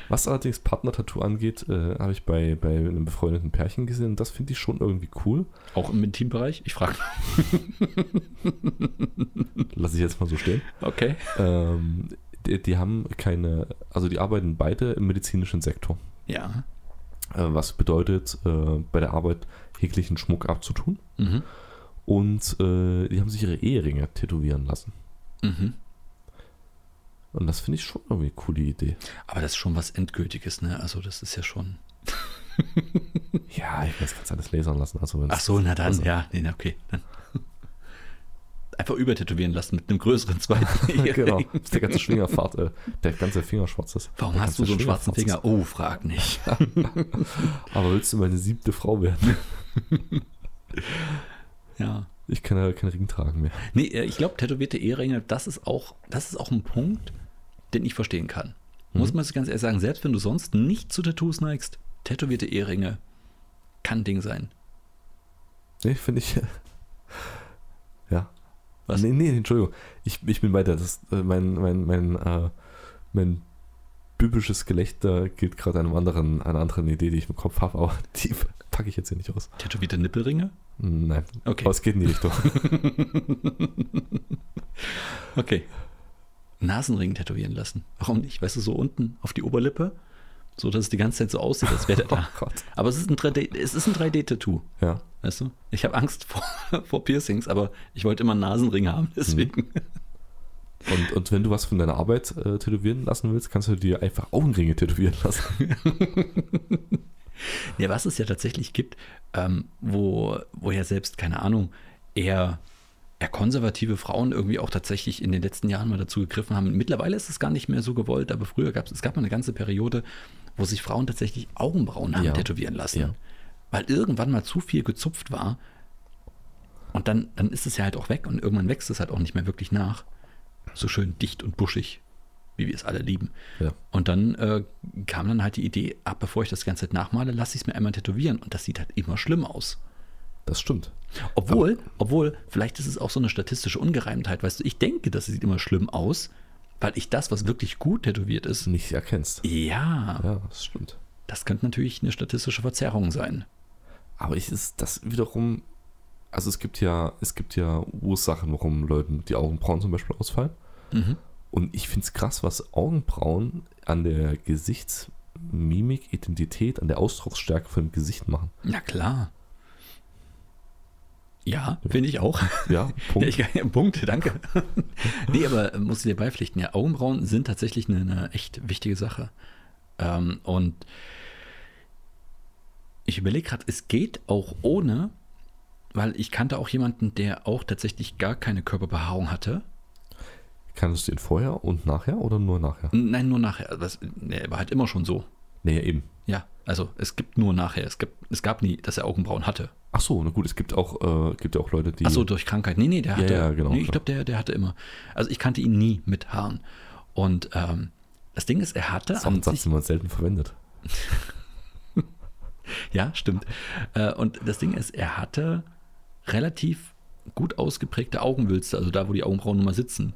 B: Was allerdings Partner-Tattoo angeht, äh, habe ich bei, bei einem befreundeten Pärchen gesehen. Das finde ich schon irgendwie cool.
A: Auch im Intimbereich? Ich frage.
B: Lasse ich jetzt mal so stehen.
A: Okay.
B: Ähm, die, die haben keine, also die arbeiten beide im medizinischen Sektor.
A: Ja.
B: Äh, was bedeutet, äh, bei der Arbeit jeglichen Schmuck abzutun.
A: Mhm.
B: Und äh, die haben sich ihre Eheringe tätowieren lassen.
A: Mhm.
B: Und das finde ich schon irgendwie eine coole Idee.
A: Aber das ist schon was Endgültiges, ne? Also, das ist ja schon.
B: Ja, ich weiß, kannst alles lasern lassen. Also wenn's-
A: Ach so, na dann.
B: Also-
A: Ja, nee, na, okay. Dann. Einfach übertätowieren lassen mit einem größeren [laughs] zweiten.
B: [laughs] genau. Bis der ganze Schwingerfahrt, äh, der ganze Finger schwarz ist.
A: Warum
B: der
A: hast
B: ganze
A: du so einen
B: Schwinger
A: schwarzen
B: schwarz ist.
A: Finger? Oh, frag
B: [laughs]
A: nicht.
B: Aber willst du meine siebte Frau werden? [laughs]
A: Ja.
B: Ich kann ja keinen Ring tragen mehr.
A: Nee, äh, ich glaube, tätowierte Eheringe, das ist auch, das ist auch ein Punkt, den ich verstehen kann. Muss man sich ganz ehrlich sagen, selbst wenn du sonst nicht zu Tattoos neigst, tätowierte Eheringe kann ein Ding sein.
B: Nee, finde ich. ja.
A: Was?
B: Nee, nee, Entschuldigung. Ich, ich bin weiter. Das, äh, mein, mein, mein, äh, mein bübisches Gelächter gilt gerade einem anderen, einer anderen Idee, die ich im Kopf habe, aber die packe ich jetzt hier nicht aus.
A: Tätowierte Nippelringe?
B: Nein.
A: Okay.
B: Aber es geht in
A: [laughs]
B: die Richtung.
A: Okay. Nasenring tätowieren lassen. Warum nicht? Weißt du, so unten auf die Oberlippe, so dass es die ganze Zeit so aussieht, als wäre der [laughs] da.
B: Oh Gott.
A: Aber es ist ein 3D, es ist ein 3D-Tattoo,
B: Ja.
A: weißt du? Ich habe Angst [laughs] vor, vor Piercings, aber ich wollte immer einen Nasenring haben, deswegen.
B: Und, und wenn du was von deiner Arbeit äh, tätowieren lassen willst, kannst du dir einfach Augenringe tätowieren lassen.
A: Ja, was es ja tatsächlich gibt, ähm, wo, wo ja selbst, keine Ahnung, eher, eher konservative Frauen irgendwie auch tatsächlich in den letzten Jahren mal dazu gegriffen haben. Mittlerweile ist es gar nicht mehr so gewollt, aber früher gab es, es gab mal eine ganze Periode, wo sich Frauen tatsächlich Augenbrauen haben
B: Ja.
A: tätowieren lassen.
B: Ja.
A: Weil irgendwann mal zu viel gezupft war. Und dann, dann ist es ja halt auch weg und irgendwann wächst es halt auch nicht mehr wirklich nach. So schön dicht und buschig, wie wir es alle lieben.
B: Ja.
A: Und dann äh, kam dann halt die Idee, ab bevor ich das ganze Zeit nachmale, lasse ich es mir einmal tätowieren. Und das sieht halt immer schlimm aus.
B: Das stimmt.
A: Obwohl, obwohl, vielleicht ist es auch so eine statistische Ungereimtheit, weißt du, ich denke, das sieht immer schlimm aus, weil ich das, was wirklich gut tätowiert ist,
B: Nicht erkennst.
A: ja,
B: Ja, das stimmt.
A: das könnte natürlich eine statistische Verzerrung sein.
B: Aber ich ist das wiederum, also es gibt ja, es gibt ja Ursachen, warum Leuten die Augenbrauen zum Beispiel ausfallen.
A: Mhm.
B: Und ich finde es krass, was Augenbrauen an der Gesichtsmimik, Identität, an der Ausdrucksstärke von dem Gesicht machen.
A: Na klar. Ja, finde ich auch. [laughs]
B: Ja, Punkt.
A: Ja, ich, Punkte, danke. [laughs] nee, aber äh, muss ich dir beipflichten. Ja, Augenbrauen sind tatsächlich eine, eine echt wichtige Sache. Ähm, und ich überlege gerade, es geht auch ohne, weil ich kannte auch jemanden, der auch tatsächlich gar keine Körperbehaarung hatte.
B: Kannst du den vorher und nachher oder nur nachher?
A: N- Nein, nur nachher. Das, nee, war halt immer schon so.
B: Nee, eben.
A: Ja, also es gibt nur nachher. Es, gibt, es gab nie, dass er Augenbrauen hatte.
B: Ach so, na gut, es gibt auch, äh, gibt ja auch Leute, die.
A: Ach so, durch Krankheit. Nee, nee, der
B: Ja,
A: hatte.
B: ja, genau,
A: nee, ich
B: klar.
A: glaube, der, der hatte immer. Also ich kannte ihn nie mit Haaren. Und ähm, das Ding ist, er hatte
B: das ist auch ein
A: an
B: Satz,
A: sich,
B: den man selten verwendet.
A: ja, stimmt. Äh, und das Ding ist, er hatte relativ gut ausgeprägte Augenwülste, also da, wo die Augenbrauen nun mal sitzen.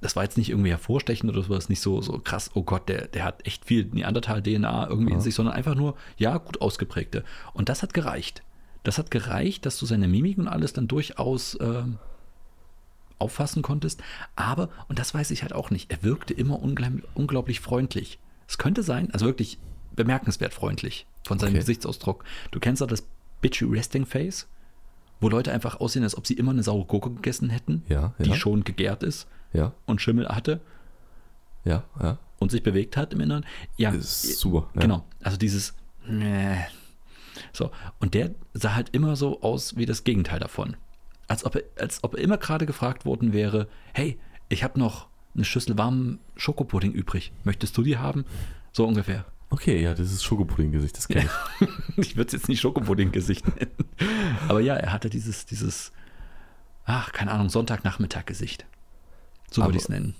A: Das war jetzt nicht irgendwie hervorstechend oder sowas, nicht so, so krass, oh Gott, der, der hat echt viel Neandertal-DNA irgendwie in sich, sondern einfach nur, ja, gut ausgeprägte. Und das hat gereicht. Das hat gereicht, dass du seine Mimik und alles dann durchaus ähm, auffassen konntest. Aber, und das weiß ich halt auch nicht, er wirkte immer unglaublich, unglaublich freundlich. Es könnte sein, also wirklich bemerkenswert freundlich von seinem
B: Okay.
A: Gesichtsausdruck. Du kennst ja das Bitchy Resting Face, wo Leute einfach aussehen, als ob sie immer eine saure Gurke gegessen hätten,
B: Ja,
A: die
B: ja.
A: schon gegärt ist
B: Ja,
A: und Schimmel hatte
B: ja, ja.
A: und sich bewegt hat im Inneren. Ja,
B: Ist super. Ja.
A: Genau, also dieses. Nee. So, und der sah halt immer so aus wie das Gegenteil davon. Als ob er, als ob er immer gerade gefragt worden wäre: Hey, ich habe noch eine Schüssel warmen Schokopudding übrig. Möchtest du die haben? So ungefähr. [laughs]
B: Okay, ja, das ist Schokopudding-Gesicht, das kenne ich.
A: Ich würde es jetzt nicht Schokopudding-Gesicht nennen. Aber ja, er hatte dieses, dieses, ach, keine Ahnung, Sonntagnachmittag-Gesicht. So
B: Aber-
A: würde ich es nennen.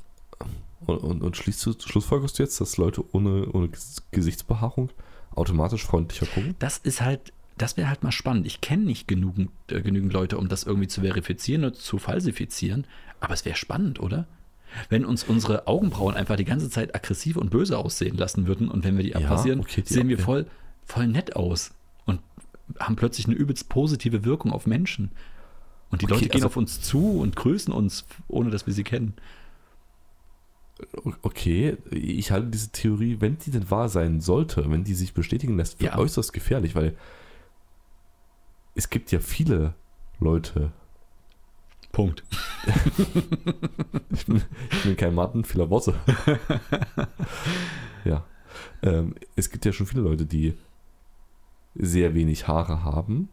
B: Und, und, und schließt du, schlussfolgerst du jetzt, dass Leute ohne, ohne Ges- Gesichtsbehaarung automatisch freundlicher gucken?
A: das ist halt, das wäre halt mal spannend. Ich kenne nicht genügend, äh, genügend Leute, um das irgendwie zu verifizieren oder zu falsifizieren, aber es wäre spannend, oder? Wenn uns unsere Augenbrauen einfach die ganze Zeit aggressiv und böse aussehen lassen würden und wenn wir die abrasieren,
B: okay, die-
A: sehen wir
B: ja.
A: voll, voll nett aus und haben plötzlich eine übelst positive Wirkung auf Menschen. Und die
B: Okay,
A: Leute gehen
B: also-
A: auf uns zu und grüßen uns, ohne dass wir sie kennen.
B: O- Okay, ich halte diese Theorie, wenn die denn wahr sein sollte, wenn die sich bestätigen lässt, für
A: Ja.
B: äußerst gefährlich, weil es gibt ja viele Leute,
A: Punkt.
B: ich bin kein Martin, vieler Worte. [laughs] ja. Ähm, es gibt ja schon viele Leute, die sehr wenig Haare haben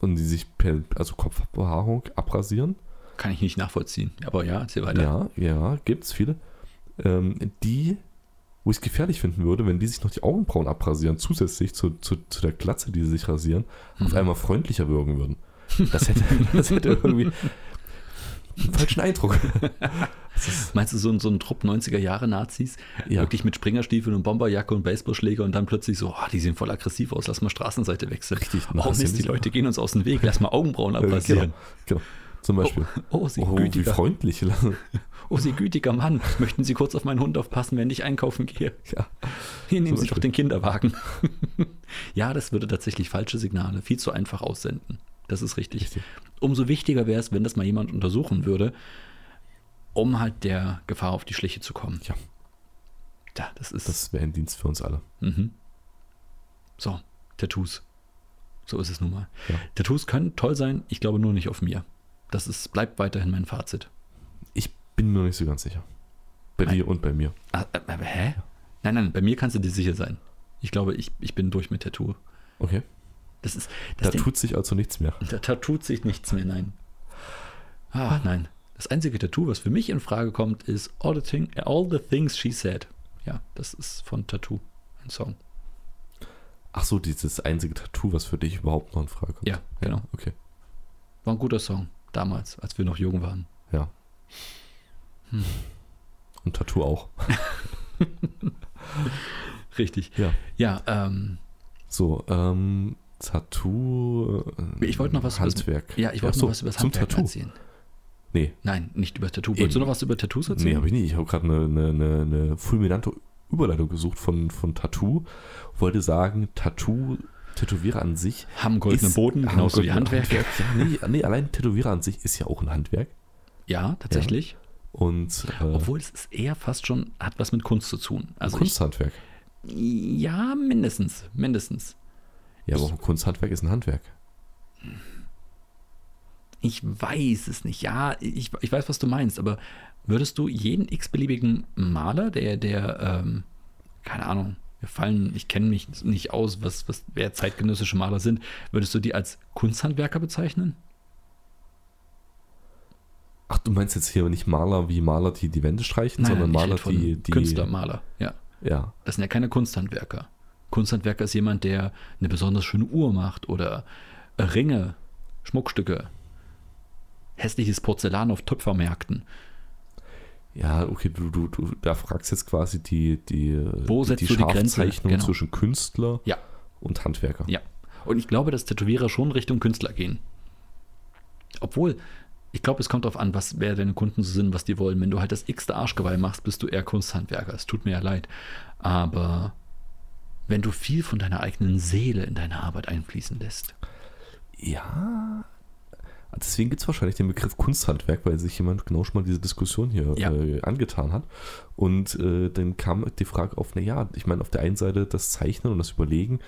B: und die sich per, also Kopfbehaarung abrasieren.
A: Kann ich nicht nachvollziehen. Aber ja, erzähl weiter.
B: Ja, ja, gibt es viele. Ähm, die, wo ich es gefährlich finden würde, wenn die sich noch die Augenbrauen abrasieren, zusätzlich zu, zu, zu der Glatze, die sie sich rasieren, auf
A: Mhm.
B: einmal freundlicher wirken würden. Das hätte, [laughs] das hätte irgendwie einen falschen Eindruck.
A: Meinst du so, ein- so einen Trupp 90er-Jahre-Nazis?
B: Ja.
A: Wirklich mit Springerstiefeln und Bomberjacke und Baseballschläger und dann plötzlich so, ah, die sehen voll aggressiv aus, lass mal Straßenseite wechseln.
B: Richtig,
A: oh
B: das
A: Mist,
B: sind
A: die
B: sie.
A: Leute gehen uns aus dem Weg, lass mal Augenbrauen
B: Äh,
A: abrasieren.
B: Genau, genau. Zum Beispiel.
A: Oh, oh, Sie
B: Oh, wie
A: gütiger,
B: freundlich. [laughs]
A: oh, Sie gütiger Mann, möchten Sie kurz auf meinen Hund aufpassen, wenn ich einkaufen gehe?
B: ja.
A: Hier nehmen Sie doch
B: Beispiel.
A: den Kinderwagen. [laughs] ja, das würde tatsächlich falsche Signale viel zu einfach aussenden. Das ist richtig.
B: Richtig.
A: Umso wichtiger wäre es, wenn das mal jemand untersuchen würde, um halt der Gefahr auf die Schliche zu kommen.
B: Ja.
A: Da, das ist.
B: Das wäre ein Dienst für uns alle.
A: Mhm. So, Tattoos. So ist es nun mal.
B: Ja.
A: Tattoos können toll sein, ich glaube nur nicht auf mir. Das ist, bleibt weiterhin mein Fazit.
B: Ich bin mir noch nicht so ganz sicher. Bei
A: Nein.
B: dir und bei mir.
A: Ah, äh, äh, hä? Nein, nein, bei mir kannst du dir sicher sein. Ich glaube, ich, ich bin durch mit Tattoo.
B: Okay.
A: Das ist.
B: Da
A: Das Ding-
B: tut sich also nichts mehr.
A: Da, da tut sich nichts mehr, nein. Ah, nein. Das einzige Tattoo, was für mich in Frage kommt, ist All the, thing, äh, all the Things She Said. Ja, das ist von Tattoo, ein Song.
B: Ach so, dieses einzige Tattoo, was für dich überhaupt noch in Frage kommt.
A: Ja, genau.
B: Okay.
A: War ein guter Song, damals, als wir noch jung waren.
B: Ja.
A: Hm.
B: Und Tattoo auch.
A: Richtig.
B: Ja.
A: Ja, ähm,
B: So, ähm, Tattoo. äh,
A: Ich wollte noch was über-
B: Handwerk.
A: ja ich wollte
B: Ach
A: noch was über das
B: zum
A: Handwerk
B: Tattoo.
A: erzählen.
B: Nee,
A: Nein, nicht über Tattoo. Wolltest du
B: Eben.
A: noch was über Tattoos
B: nee,
A: erzählen?
B: habe ich nicht. Ich habe gerade eine, eine, eine, eine fulminante Überleitung gesucht von, von Tattoo. Wollte sagen, Tattoo, Tätowierer an sich.
A: haben einen goldenen
B: ist-
A: Boden,
B: haben
A: genauso wie
B: goldenen
A: Handwerk.
B: Handwerk. Ja, nee, nee, allein Tätowierer an sich ist ja auch ein Handwerk.
A: Ja, tatsächlich.
B: Und äh,
A: Obwohl es ist eher fast schon, hat was mit Kunst zu tun. Also ich,
B: Kunsthandwerk.
A: ja, mindestens, mindestens.
B: Ja, aber auch ein Kunsthandwerk ist ein Handwerk.
A: Ich weiß es nicht. Ja, ich, ich weiß, was du meinst, aber würdest du jeden x-beliebigen Maler, der, der, ähm, keine Ahnung, wir fallen, ich kenne mich nicht aus, was, was, wer zeitgenössische Maler sind, würdest du die als Kunsthandwerker bezeichnen?
B: Ach, du meinst jetzt hier nicht Maler wie Maler, die die Wände streichen, sondern
A: ich
B: Maler,
A: rede von
B: die, die.
A: Künstler, Maler, ja.
B: Ja.
A: Das sind ja keine Kunsthandwerker. Kunsthandwerker ist jemand, der eine besonders schöne Uhr macht oder Ringe, Schmuckstücke, hässliches Porzellan auf Töpfermärkten.
B: Ja, okay, du, du, du da fragst jetzt quasi die, die,
A: Wo
B: die,
A: setzt
B: die
A: du die Grenze?
B: Scharfzeichnung
A: Genau.
B: zwischen Künstler
A: Ja.
B: und Handwerker.
A: Ja. Und ich glaube, dass Tätowierer schon Richtung Künstler gehen. Obwohl, ich glaube, es kommt darauf an, was wer deine Kunden so sind, was die wollen. Wenn du halt das x-te Arschgeweih machst, bist du eher Kunsthandwerker. Es tut mir ja leid. Aber wenn du viel von deiner eigenen Seele in deine Arbeit einfließen lässt.
B: Ja. Deswegen gibt es wahrscheinlich den Begriff Kunsthandwerk, weil sich jemand genau schon mal diese Diskussion hier
A: Ja.
B: äh, angetan hat. Und äh, dann kam die Frage auf, naja, ich meine, auf der einen Seite das Zeichnen und das Überlegen,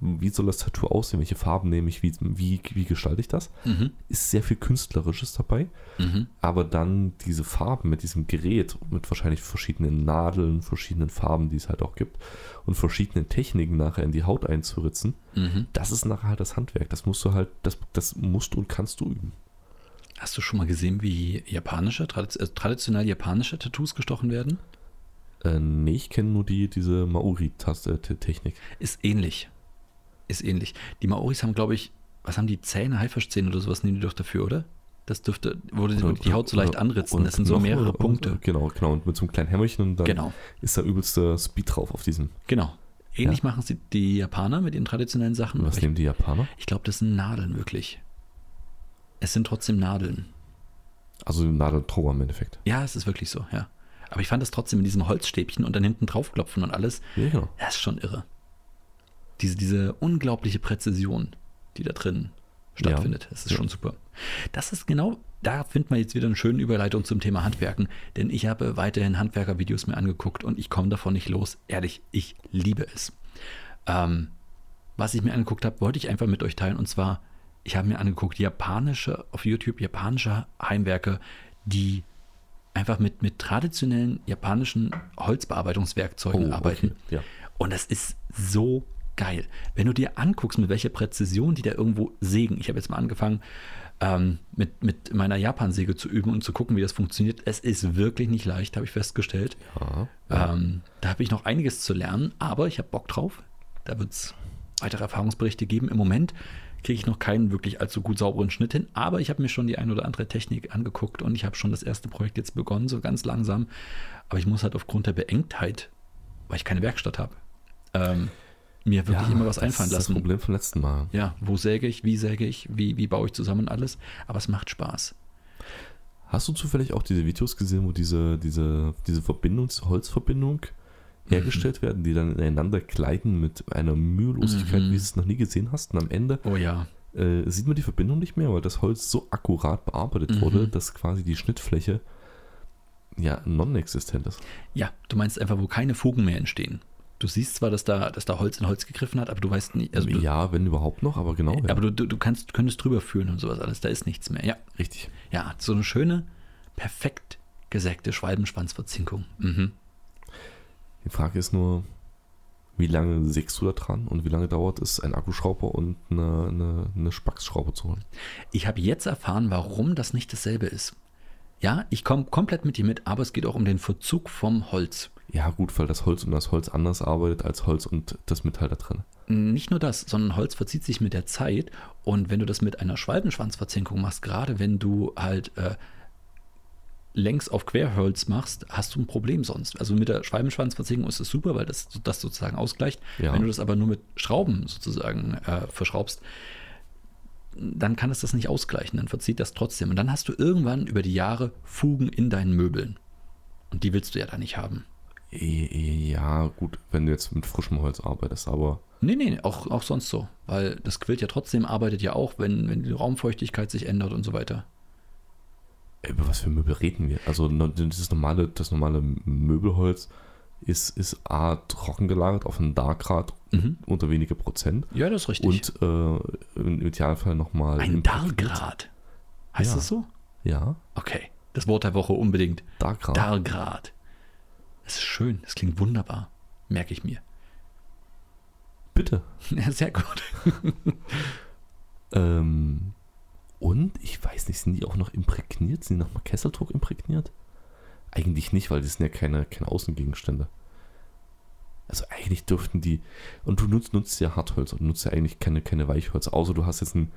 B: wie soll das Tattoo aussehen, welche Farben nehme ich, wie, wie, wie gestalte ich das,
A: Mhm.
B: ist sehr viel Künstlerisches dabei.
A: Mhm.
B: Aber dann diese Farben mit diesem Gerät, mit wahrscheinlich verschiedenen Nadeln, verschiedenen Farben, die es halt auch gibt, und verschiedenen Techniken nachher in die Haut einzuritzen,
A: Mhm.
B: das ist nachher halt das Handwerk. Das musst du halt, das, das musst du und kannst du üben.
A: Hast du schon mal gesehen, wie japanische, tradi äh, traditionell japanische Tattoos gestochen werden?
B: Äh, nee, ich kenne nur die, diese äh, Maori-Technik.
A: Ist ähnlich. Ist ähnlich. Die Maoris haben, glaube ich, was haben die Zähne, Haifischzähne oder sowas nehmen die doch dafür, oder? Das dürfte, wurde die, Also die Haut so leicht anritzen. Das sind so mehrere Punkte.
B: Genau, genau. Und mit so einem kleinen Hämmerchen und dann
A: Genau,
B: ist da übelster Speed drauf auf diesen.
A: genau. Ähnlich machen sie die Japaner mit ihren traditionellen Sachen.
B: Was
A: aber ich
B: nehmen die Japaner?
A: ich glaube, das sind Nadeln wirklich. Es sind trotzdem Nadeln.
B: Also Nadeltrohr im Endeffekt.
A: Ja, es ist wirklich so, ja. Aber ich fand das trotzdem in diesem Holzstäbchen und dann hinten draufklopfen und alles.
B: Ja, genau.
A: Das ist schon irre. Diese, diese unglaubliche Präzision, die da drin stattfindet. Das ist schon super. Das ist genau, da findet man jetzt wieder eine schöne Überleitung zum Thema Handwerken, denn ich habe weiterhin Handwerkervideos mir angeguckt und ich komme davon nicht los. Ehrlich, ich liebe es. Ähm, was ich mir angeguckt habe, wollte ich einfach mit euch teilen und zwar, ich habe mir angeguckt, japanische, auf YouTube japanische Heimwerke, die einfach mit, mit traditionellen japanischen Holzbearbeitungswerkzeugen
B: Oh,
A: arbeiten.
B: okay, ja.
A: Und das ist so geil. Wenn du dir anguckst, mit welcher Präzision die da irgendwo sägen. Ich habe jetzt mal angefangen, ähm, mit, mit meiner Japan-Säge zu üben und zu gucken, wie das funktioniert. Es ist wirklich nicht leicht, habe ich festgestellt.
B: Ah,
A: Ähm, da habe ich noch einiges zu lernen, aber ich habe Bock drauf. Da wird es weitere Erfahrungsberichte geben. Im Moment kriege ich noch keinen wirklich allzu gut sauberen Schnitt hin, aber ich habe mir schon die ein oder andere Technik angeguckt und ich habe schon das erste Projekt jetzt begonnen, so ganz langsam. Aber ich muss halt aufgrund der Beengtheit, weil ich keine Werkstatt habe, ähm, mir wirklich immer was
B: das
A: einfallen
B: ist
A: lassen.
B: Das Problem vom letzten Mal.
A: Ja, wo säge ich, wie säge ich, wie, wie baue ich zusammen alles. Aber es macht Spaß.
B: Hast du zufällig auch diese Videos gesehen, wo diese, diese, diese Verbindung, diese Holzverbindung
A: Mhm.
B: hergestellt werden, die dann ineinander gleiten mit einer Mühelosigkeit,
A: Mhm.
B: wie du es noch nie gesehen hast? Und am Ende
A: Oh ja.
B: äh, sieht man die Verbindung nicht mehr, weil das Holz so akkurat bearbeitet
A: Mhm.
B: wurde, dass quasi die Schnittfläche ja non-existent ist.
A: Ja, du meinst einfach, wo keine Fugen mehr entstehen. Du siehst zwar, dass da, dass da Holz in Holz gegriffen hat, aber du weißt nicht, also du, Äh,
B: ja, wenn überhaupt noch, aber genau. Ja.
A: aber du, du, du kannst, du könntest drüber führen und sowas alles, da ist nichts mehr. Ja,
B: Richtig.
A: ja, so eine schöne, perfekt gesägte Schwalbenschwanzverzinkung. Mhm.
B: Die Frage ist nur, wie lange sägst du da dran und wie lange dauert es, einen Akkuschrauber und eine, eine, eine Spacksschraube zu holen?
A: Ich habe jetzt erfahren, warum das nicht dasselbe ist. Ja, ich komme komplett mit dir mit, aber es geht auch um den Verzug vom Holz.
B: Ja, gut, weil das Holz und das Holz anders arbeitet als Holz und das Metall da drin.
A: Nicht nur das, sondern Holz verzieht sich mit der Zeit. Und wenn du das mit einer Schwalbenschwanzverzinkung machst, gerade wenn du halt äh, längs auf Querholz machst, hast du ein Problem sonst. Also mit der Schwalbenschwanzverzinkung ist es super, weil das das sozusagen ausgleicht.
B: Ja.
A: Wenn du das aber nur mit Schrauben sozusagen äh, verschraubst, dann kann es das nicht ausgleichen, dann verzieht das trotzdem. Und dann hast du irgendwann über die Jahre Fugen in deinen Möbeln. Und die willst du ja da nicht haben.
B: Eh, Ja, gut, wenn du jetzt mit frischem Holz arbeitest, aber
A: Nee, nee, auch, auch sonst so. Weil das Quilt ja trotzdem arbeitet ja auch, wenn, wenn die Raumfeuchtigkeit sich ändert und so weiter.
B: äh, über was für Möbel reden wir? Also no- das normale, das normale Möbelholz ist, ist A, trocken gelagert auf einen Darkgrad
A: Mhm.
B: unter wenige Prozent
A: Ja, das ist richtig.
B: und äh, im Idealfall nochmal...
A: ein Dargrad. Heißt
B: Ja.
A: das so?
B: Ja,
A: Okay. Das Wort der Woche unbedingt.
B: Darkgrad.
A: Dargrad. Es ist schön, es klingt wunderbar. Merke ich mir. [laughs]
B: Bitte.
A: Ja, sehr gut.
B: Ähm, und ich weiß nicht, sind die auch noch imprägniert? Sind die nochmal Kesseldruck imprägniert? Eigentlich nicht, weil das sind ja keine, keine Außengegenstände. Also eigentlich dürften die. Und du nutzt, nutzt ja Hartholz und nutzt ja eigentlich keine, keine Weichholz. Außer du hast jetzt ein,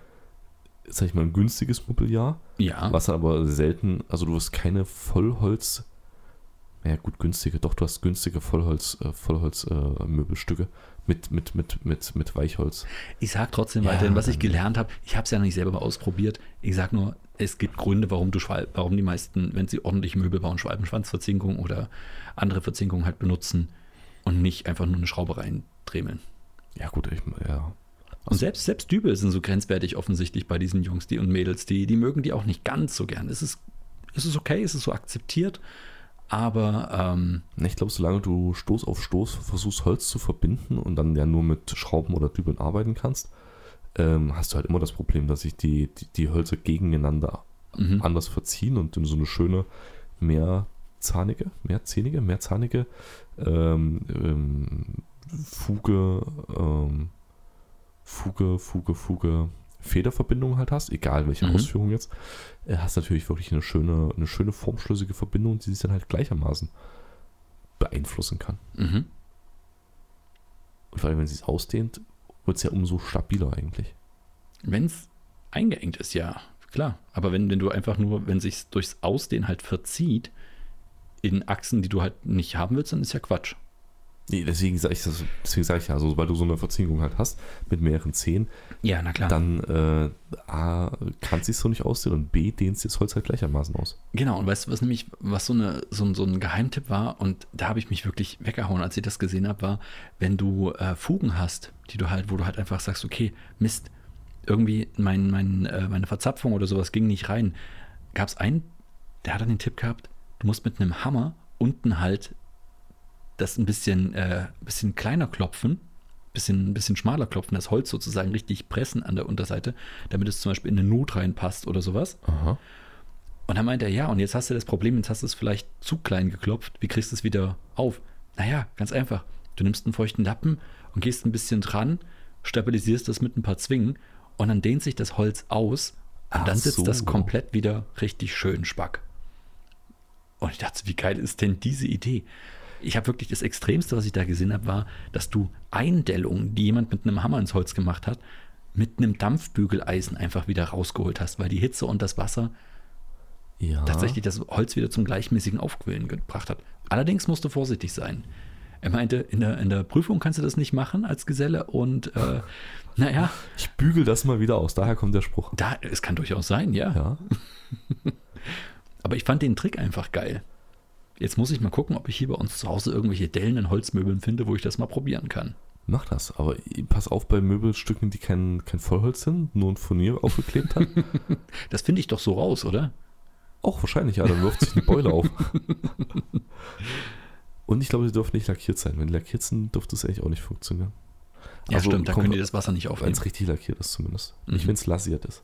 B: sag ich mal, ein günstiges Mobiliar,
A: Ja.
B: was aber selten, also du hast keine Vollholz. Ja gut, günstige, doch, du hast günstige Vollholz, äh, Vollholz äh, Möbelstücke mit, mit, mit, mit, mit Weichholz.
A: Ich sag trotzdem
B: Ja,
A: weiterhin, was ich
B: dann-
A: gelernt habe. Ich habe es ja noch nicht selber mal ausprobiert. Ich sag nur, es gibt Gründe, warum du Schwal warum die meisten, wenn sie ordentlich Möbel bauen, Schwalbenschwanzverzinkung oder andere Verzinkungen halt benutzen und nicht einfach nur eine Schraube reindremeln.
B: Ja gut, ich, ja, Also
A: Und selbst, selbst Dübel sind so grenzwertig offensichtlich bei diesen Jungs die und Mädels, die, die mögen die auch nicht ganz so gern. Es ist, es ist okay, es ist so akzeptiert, aber ähm,
B: Na, Ich glaube, solange du Stoß auf Stoß versuchst, Holz zu verbinden und dann ja nur mit Schrauben oder Dübeln arbeiten kannst, ähm, hast du halt immer das Problem, dass sich die, die, die Hölzer gegeneinander
A: mhm.
B: anders verziehen und in so eine schöne, mehrzahnige, mehrzahnige, mehrzahnige ähm, ähm, Fuge, ähm, Fuge, Fuge, Fuge, Federverbindung halt hast, egal welche
A: Mhm.
B: Ausführung jetzt, äh, hast natürlich wirklich eine schöne, eine schöne formschlüssige Verbindung, die sich dann halt gleichermaßen beeinflussen kann.
A: Mhm.
B: Und vor allem, wenn sie es ausdehnt, wird es ja umso stabiler eigentlich.
A: wenn es eingeengt ist, ja, klar. Aber wenn, wenn du einfach nur, wenn sich durchs Ausdehnen halt verzieht, in Achsen, die du halt nicht haben willst, dann ist ja Quatsch.
B: Nee, deswegen sage ich, das- deswegen sag ich ja, also sobald du so eine Verzinkung halt hast mit mehreren Zehen,
A: Ja, na klar.
B: dann äh, A, kann es sich so nicht aussehen und B, dehnst du das Holz halt gleichermaßen aus.
A: Genau, und weißt du, was nämlich, was so, eine, so, ein- so ein Geheimtipp war, und da habe ich mich wirklich weggehauen, als ich das gesehen habe, war, wenn du äh, Fugen hast, die du halt, wo du halt einfach sagst, okay, Mist, irgendwie mein, mein, äh, meine Verzapfung oder sowas ging nicht rein, gab es einen, der hat dann den Tipp gehabt, du musst mit einem Hammer unten halt das ein bisschen, äh, bisschen kleiner klopfen, bisschen, bisschen schmaler klopfen, das Holz sozusagen richtig pressen an der Unterseite, damit es zum Beispiel in eine Nut reinpasst oder sowas.
B: Aha.
A: Und dann meint er, ja, und jetzt hast du das Problem, jetzt hast du es vielleicht zu klein geklopft. Wie kriegst du es wieder auf? Naja, ganz einfach. Du nimmst einen feuchten Lappen und gehst ein bisschen dran, stabilisierst das mit ein paar Zwingen und dann dehnt sich das Holz aus und
B: Ach
A: dann sitzt
B: so.
A: das komplett wieder richtig schön spack. Und ich dachte, wie geil ist denn diese Idee? Ich habe wirklich das Extremste, was ich da gesehen habe, war, dass du Eindellungen, die jemand mit einem Hammer ins Holz gemacht hat, mit einem Dampfbügeleisen einfach wieder rausgeholt hast, weil die Hitze und das Wasser
B: Ja.
A: tatsächlich das Holz wieder zum gleichmäßigen Aufquillen gebracht hat. Allerdings musst du vorsichtig sein. Er meinte, in der, in der Prüfung kannst du das nicht machen als Geselle und
B: [laughs]
A: äh, naja,
B: Ich bügel das mal wieder aus, daher kommt der Spruch.
A: da, es kann durchaus sein, ja.
B: Ja.
A: Aber ich fand den Trick einfach geil. Jetzt muss ich mal gucken, ob ich hier bei uns zu Hause irgendwelche Dellen in Holzmöbeln finde, wo ich das mal probieren kann.
B: Mach das, aber pass auf bei Möbelstücken, die kein, kein Vollholz sind, nur ein Furnier
A: [laughs]
B: aufgeklebt hat.
A: Das finde ich doch so raus, oder?
B: Auch wahrscheinlich, ja, dann wirft sich eine Beule
A: [laughs]
B: auf. Und ich glaube, sie dürfen nicht lackiert sein. Wenn die lackiert sind, dürfte es eigentlich auch nicht funktionieren.
A: Ja,
B: Also,
A: stimmt, da
B: komm,
A: können die das Wasser nicht
B: Wenn
A: aufnehmen.
B: es richtig lackiert ist zumindest.
A: Mhm.
B: Nicht, wenn es lasiert ist.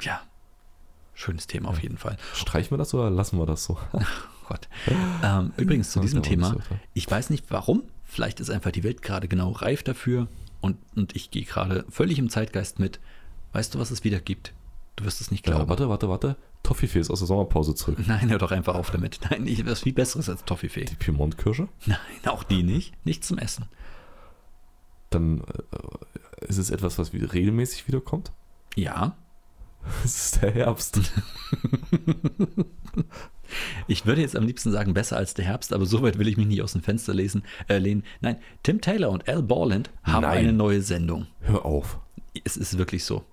A: Ja, schönes Thema auf
B: [laughs]
A: jeden Fall.
B: Streichen wir das oder lassen wir das so?
A: Gott. Ähm, übrigens zu
B: Ja,
A: diesem
B: da war nicht
A: Thema.
B: so viel.
A: Ich weiß nicht warum. Vielleicht ist einfach die Welt gerade genau reif dafür. Und, und ich gehe gerade völlig im Zeitgeist mit. Weißt du, was es wieder gibt? Du wirst es nicht
B: Ja,
A: glauben.
B: Äh, warte, warte, warte. Toffifee ist aus der Sommerpause zurück.
A: [laughs] Nein, hör doch einfach auf damit. Nein, ich was viel Besseres als Toffifee.
B: [laughs] Die Piemont-Kirsche.
A: Nein, auch die nicht. Nicht zum Essen.
B: Dann äh, ist es etwas, was wie- regelmäßig wiederkommt. [laughs]
A: Ja,
B: Es ist der
A: [laughs]
B: Herbst.
A: ich würde jetzt am liebsten sagen, besser als der Herbst, aber so weit will ich mich nicht aus dem Fenster lesen, äh, lehnen. Nein, Tim Taylor und Al Borland haben
B: Nein.
A: eine neue Sendung.
B: Hör auf.
A: Es ist wirklich so.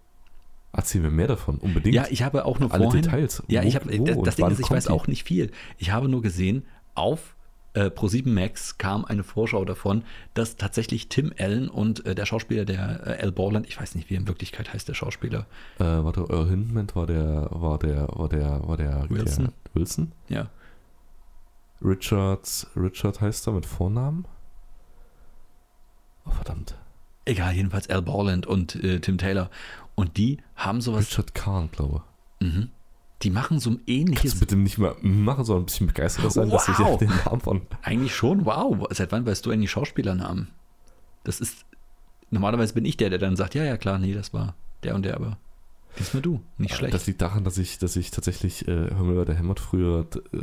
B: Erzähl mir mehr davon. Unbedingt.
A: Ja, ich habe auch nur
B: Alle
A: vorhin.
B: Details.
A: Ja,
B: Wo-
A: ich habe.
B: wo
A: das
B: und
A: das Ding
B: wann
A: ist, ich
B: kommt
A: weiß
B: die?
A: auch nicht viel. Ich habe nur gesehen, auf äh, Pro7 Max kam eine Vorschau davon, dass tatsächlich Tim Allen und äh, der Schauspieler, der äh, Al Borland, ich weiß nicht, wie er in Wirklichkeit heißt, der Schauspieler.
B: Äh, warte, Earl Hindman war der, war der, war der, war der
A: Wilson.
B: Der Wilson.
A: Ja.
B: Richards, Richard heißt er mit Vornamen. Oh, verdammt.
A: Egal, jedenfalls Al Borland und äh, Tim Taylor. Und die haben sowas.
B: Richard Kahn, glaube.
A: Mhm. Die machen so ein
B: Kannst du
A: ähnliches.
B: bitte nicht mal machen, sondern ein bisschen begeisterter sein, dass ich
A: Wow.
B: den Namen von.
A: Eigentlich schon, wow. Seit wann weißt du eigentlich Schauspielernamen? Das ist. Normalerweise bin ich der, der dann sagt, ja, ja, klar, nee, das war der und der, aber diesmal du. Nicht schlecht.
B: Äh, Das liegt daran, dass ich, dass ich tatsächlich äh, Himmel der Hämmert früher äh,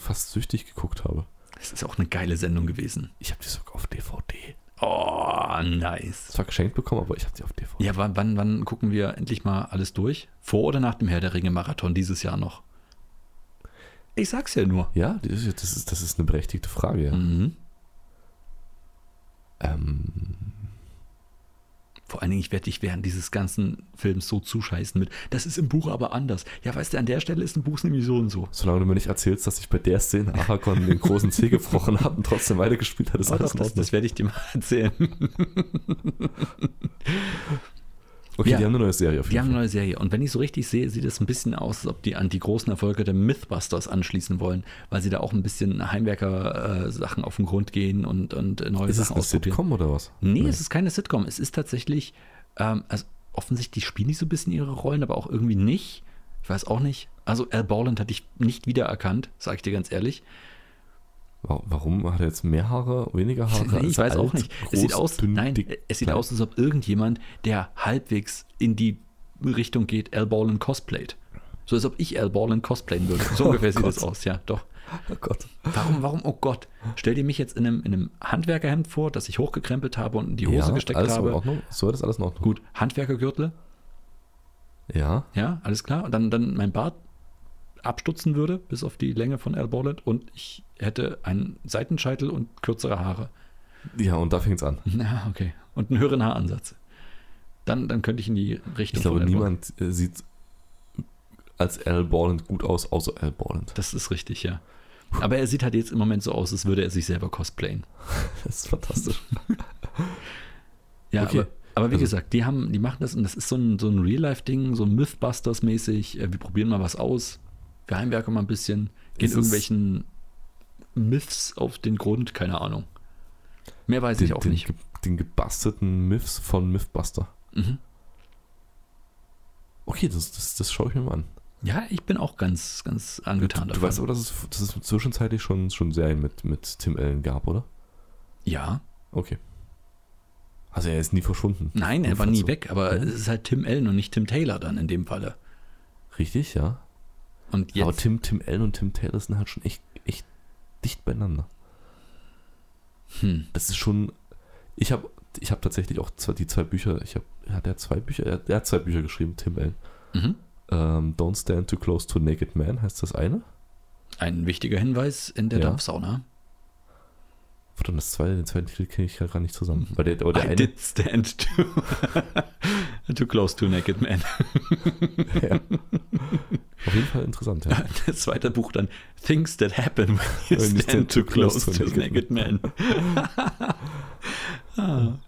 B: fast süchtig geguckt habe.
A: Es ist auch eine geile Sendung gewesen.
B: Ich habe die sogar auf DVD.
A: Oh, nice.
B: Zwar geschenkt bekommen, aber ich habe die auf DVD.
A: Ja, wann, wann, wann gucken wir endlich mal alles durch? Vor oder nach dem Herr der Ringe-Marathon dieses Jahr noch? Ich sag's ja nur.
B: Ja, das ist, das ist, das ist eine berechtigte Frage. ja.
A: Mhm.
B: Ähm,
A: Vor allen Dingen, ich werde dich während dieses ganzen Films so zuscheißen mit, das ist im Buch aber anders. Ja, weißt du, an der Stelle ist ein Buch nämlich so und so.
B: solange du mir nicht erzählst, dass ich bei der Szene Aragorn den großen Zeh gebrochen habe und trotzdem weitergespielt hat, ist
A: Aber das
B: alles
A: Oh,
B: in
A: das,
B: Ordnung.
A: das werde ich dir mal [laughs] erzählen.
B: Okay,
A: Ja.
B: die haben eine neue Serie auf
A: Die haben
B: jeden
A: eine neue
B: Fall.
A: Serie. Und wenn ich so richtig sehe, sieht es ein bisschen aus, als ob die an die großen Erfolge der Mythbusters anschließen wollen, weil sie da auch ein bisschen Heimwerker-Sachen auf den Grund gehen und, und äh, neue
B: Ist es
A: Sachen
B: eine Sitcom oder was?
A: Nee, es ist keine Sitcom. Es ist tatsächlich, ähm, also offensichtlich spielen die so ein bisschen ihre Rollen, aber auch irgendwie nicht. Ich weiß auch nicht. Also Al Borland hatte ich nicht wiedererkannt, sage ich dir ganz ehrlich.
B: Wa- Warum hat er jetzt mehr Haare,
A: [laughs]
B: weniger Haare?
A: ich
B: Ist er
A: Oh weiß auch
B: alt,
A: nicht.
B: Groß,
A: es sieht aus,
B: dünn,
A: nein,
B: dick,
A: es sieht
B: klein?
A: aus, als ob irgendjemand, der halbwegs in die Richtung geht, Al Borland cosplayt. So als ob ich Al Borland cosplayen würde. So
B: [laughs] Oh
A: ungefähr sieht
B: Gott.
A: es aus, ja, doch.
B: Oh Gott.
A: Warum, warum, oh Gott, stell dir mich jetzt in einem, in einem Handwerkerhemd vor, das ich hochgekrempelt habe und in die Hose
B: ja,
A: gesteckt
B: alles in
A: habe.
B: Ordnung. So, das ist alles in Ordnung.
A: Gut, Handwerkergürtel,
B: Ja,
A: ja, alles klar. Und dann, dann mein Bart abstutzen würde, bis auf die Länge von Al Borland und ich hätte einen Seitenscheitel und kürzere Haare.
B: ja, und da fängt's an.
A: [laughs] Na, okay. Und einen höheren Haaransatz. Dann, dann könnte ich in die Richtung.
B: Ich glaube,
A: von Al Borland.
B: niemand äh, sieht als Al Borland gut aus, außer Al Borland.
A: [laughs] Das ist richtig, ja. Aber er sieht halt jetzt im Moment so aus, als würde er sich selber cosplayen.
B: Das ist fantastisch.
A: Ja,
B: Okay.
A: aber, aber wie
B: Also-
A: gesagt, die haben, die machen das und das ist so ein, so ein Real-Life-Ding, so ein Mythbusters-mäßig. Äh, Wir probieren mal was aus. Wir heimwerken mal ein bisschen, gehen
B: Es ist-
A: irgendwelchen Myths auf den Grund, keine Ahnung. Mehr weiß ich auch
B: den,
A: nicht.
B: ge- den gebastelten Myths von Mythbuster.
A: Mhm.
B: Okay, das, das, das schaue ich mir mal an.
A: Ja, ich bin auch ganz, ganz angetan
B: du, du weißt aber, dass es, dass es zwischenzeitlich schon, schon Serien mit, mit Tim Allen gab, oder?
A: ja.
B: Okay. Also er ist nie verschwunden.
A: Nein, er war
B: Jedenfalls
A: nie
B: so.
A: weg, aber
B: Ja.
A: es ist halt Tim Allen und nicht Tim Taylor dann in dem Falle.
B: Richtig, ja.
A: Und
B: Aber
A: jetzt,
B: Tim, Tim Allen und Tim Taylor sind halt schon echt, echt dicht beieinander.
A: hm,
B: Das ist schon. Ich habe ich hab tatsächlich auch zwei, die zwei Bücher. Ich hab, hat er zwei Bücher? Er, hat- er hat zwei Bücher geschrieben, Tim Allen.
A: mhm.
B: Ähm, Don't Stand Too Close to a Naked Man heißt das eine.
A: ein wichtiger Hinweis in der
B: Ja.
A: Dampfsauna.
B: Verdammt, das zweite, den zweiten Titel kriege ich gerade nicht zusammen. Weil der, aber der
A: I
B: [laughs] eine.
A: did stand too, [laughs] too close to naked man.
B: Ja. Auf jeden Fall
A: [laughs]
B: interessant, ja.
A: [laughs] Das zweite Buch dann Things That Happen When You
B: When You
A: Stand,
B: Stand
A: Too
B: Too Close
A: Close to
B: to
A: the
B: Naked
A: Naked Man.
B: [laughs]
A: ah,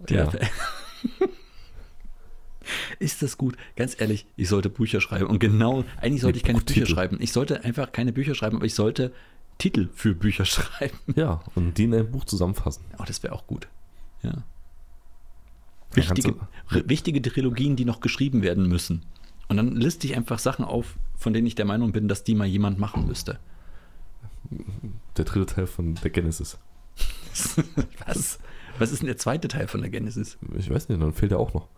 A: der
B: Ja.
A: [laughs] Ist das gut? Ganz ehrlich, ich sollte Bücher schreiben. Und genau, eigentlich sollte ich keine
B: gute
A: Bücher
B: Titel.
A: schreiben. Ich sollte einfach keine Bücher schreiben, aber ich sollte Titel für Bücher [laughs] schreiben.
B: Ja, und die in ein Buch zusammenfassen.
A: Oh, das wäre auch gut. Ja.
B: Ja, kannst
A: Wichtige, r- wichtige Trilogien, die noch geschrieben werden müssen. Und dann liste ich einfach Sachen auf, von denen ich der Meinung bin, dass die mal jemand machen
B: [laughs]
A: müsste.
B: Der dritte Teil von der Genesis.
A: Was? Was ist denn der zweite Teil von der Genesis?
B: Ich weiß nicht, dann fehlt er auch noch.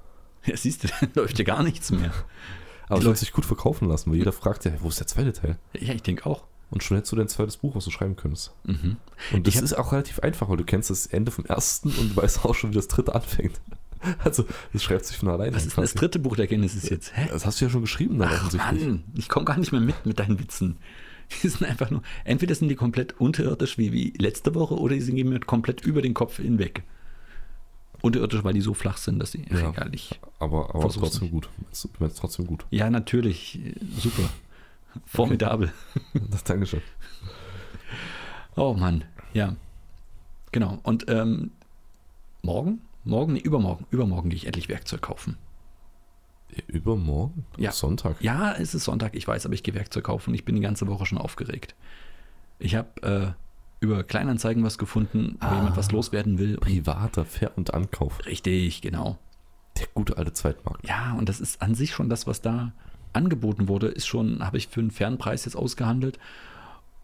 A: Ja, siehst du, [laughs] da läuft ja gar nichts mehr.
B: Aber
A: Die
B: es
A: Leute-
B: wird sich gut verkaufen lassen, weil jeder fragt ja, wo ist der zweite Teil?
A: Ja, ich denke auch.
B: Und schon hättest du dein zweites Buch, was du schreiben könntest.
A: Mhm.
B: Und
A: Ich
B: das
A: hab-
B: ist auch relativ einfach, weil du kennst das Ende vom ersten und du weißt auch schon, wie das dritte anfängt. [laughs] Also, das schreibt sich von alleine.
A: Was ist denn das
B: quasi.
A: dritte Buch der Genesis jetzt? Hä?
B: Das hast du ja schon geschrieben, dann
A: Ach
B: offensichtlich.
A: Mann, ich komme gar nicht mehr mit mit deinen Witzen. Die sind einfach nur, entweder sind die komplett unterirdisch wie, wie letzte Woche oder die sind mir komplett über den Kopf hinweg. Unterirdisch, weil die so flach sind, dass sie. Ach,
B: Ja.
A: egal, ich.
B: Aber, aber
A: Versuch's
B: trotzdem gut. Du meinst
A: [laughs]
B: trotzdem gut.
A: Ja, natürlich. äh, Super. Formidabel.
B: Das, Dankeschön.
A: Oh Mann, ja. Genau. Und ähm, morgen? Morgen? Nee, übermorgen. Übermorgen gehe ich endlich Werkzeug kaufen.
B: Ja, Übermorgen?
A: Ja.
B: Sonntag.
A: Ja, es ist Sonntag, ich weiß, aber ich gehe Werkzeug kaufen. Ich bin die ganze Woche schon aufgeregt. Ich habe äh, über Kleinanzeigen was gefunden, wo
B: Ah.
A: jemand was loswerden will. Und
B: Privater Ver- und Ankauf.
A: richtig, genau.
B: Der gute alte Zweitmarkt.
A: Ja, und das ist an sich schon das, was da angeboten wurde, ist schon, habe ich für einen fairen Preis jetzt ausgehandelt.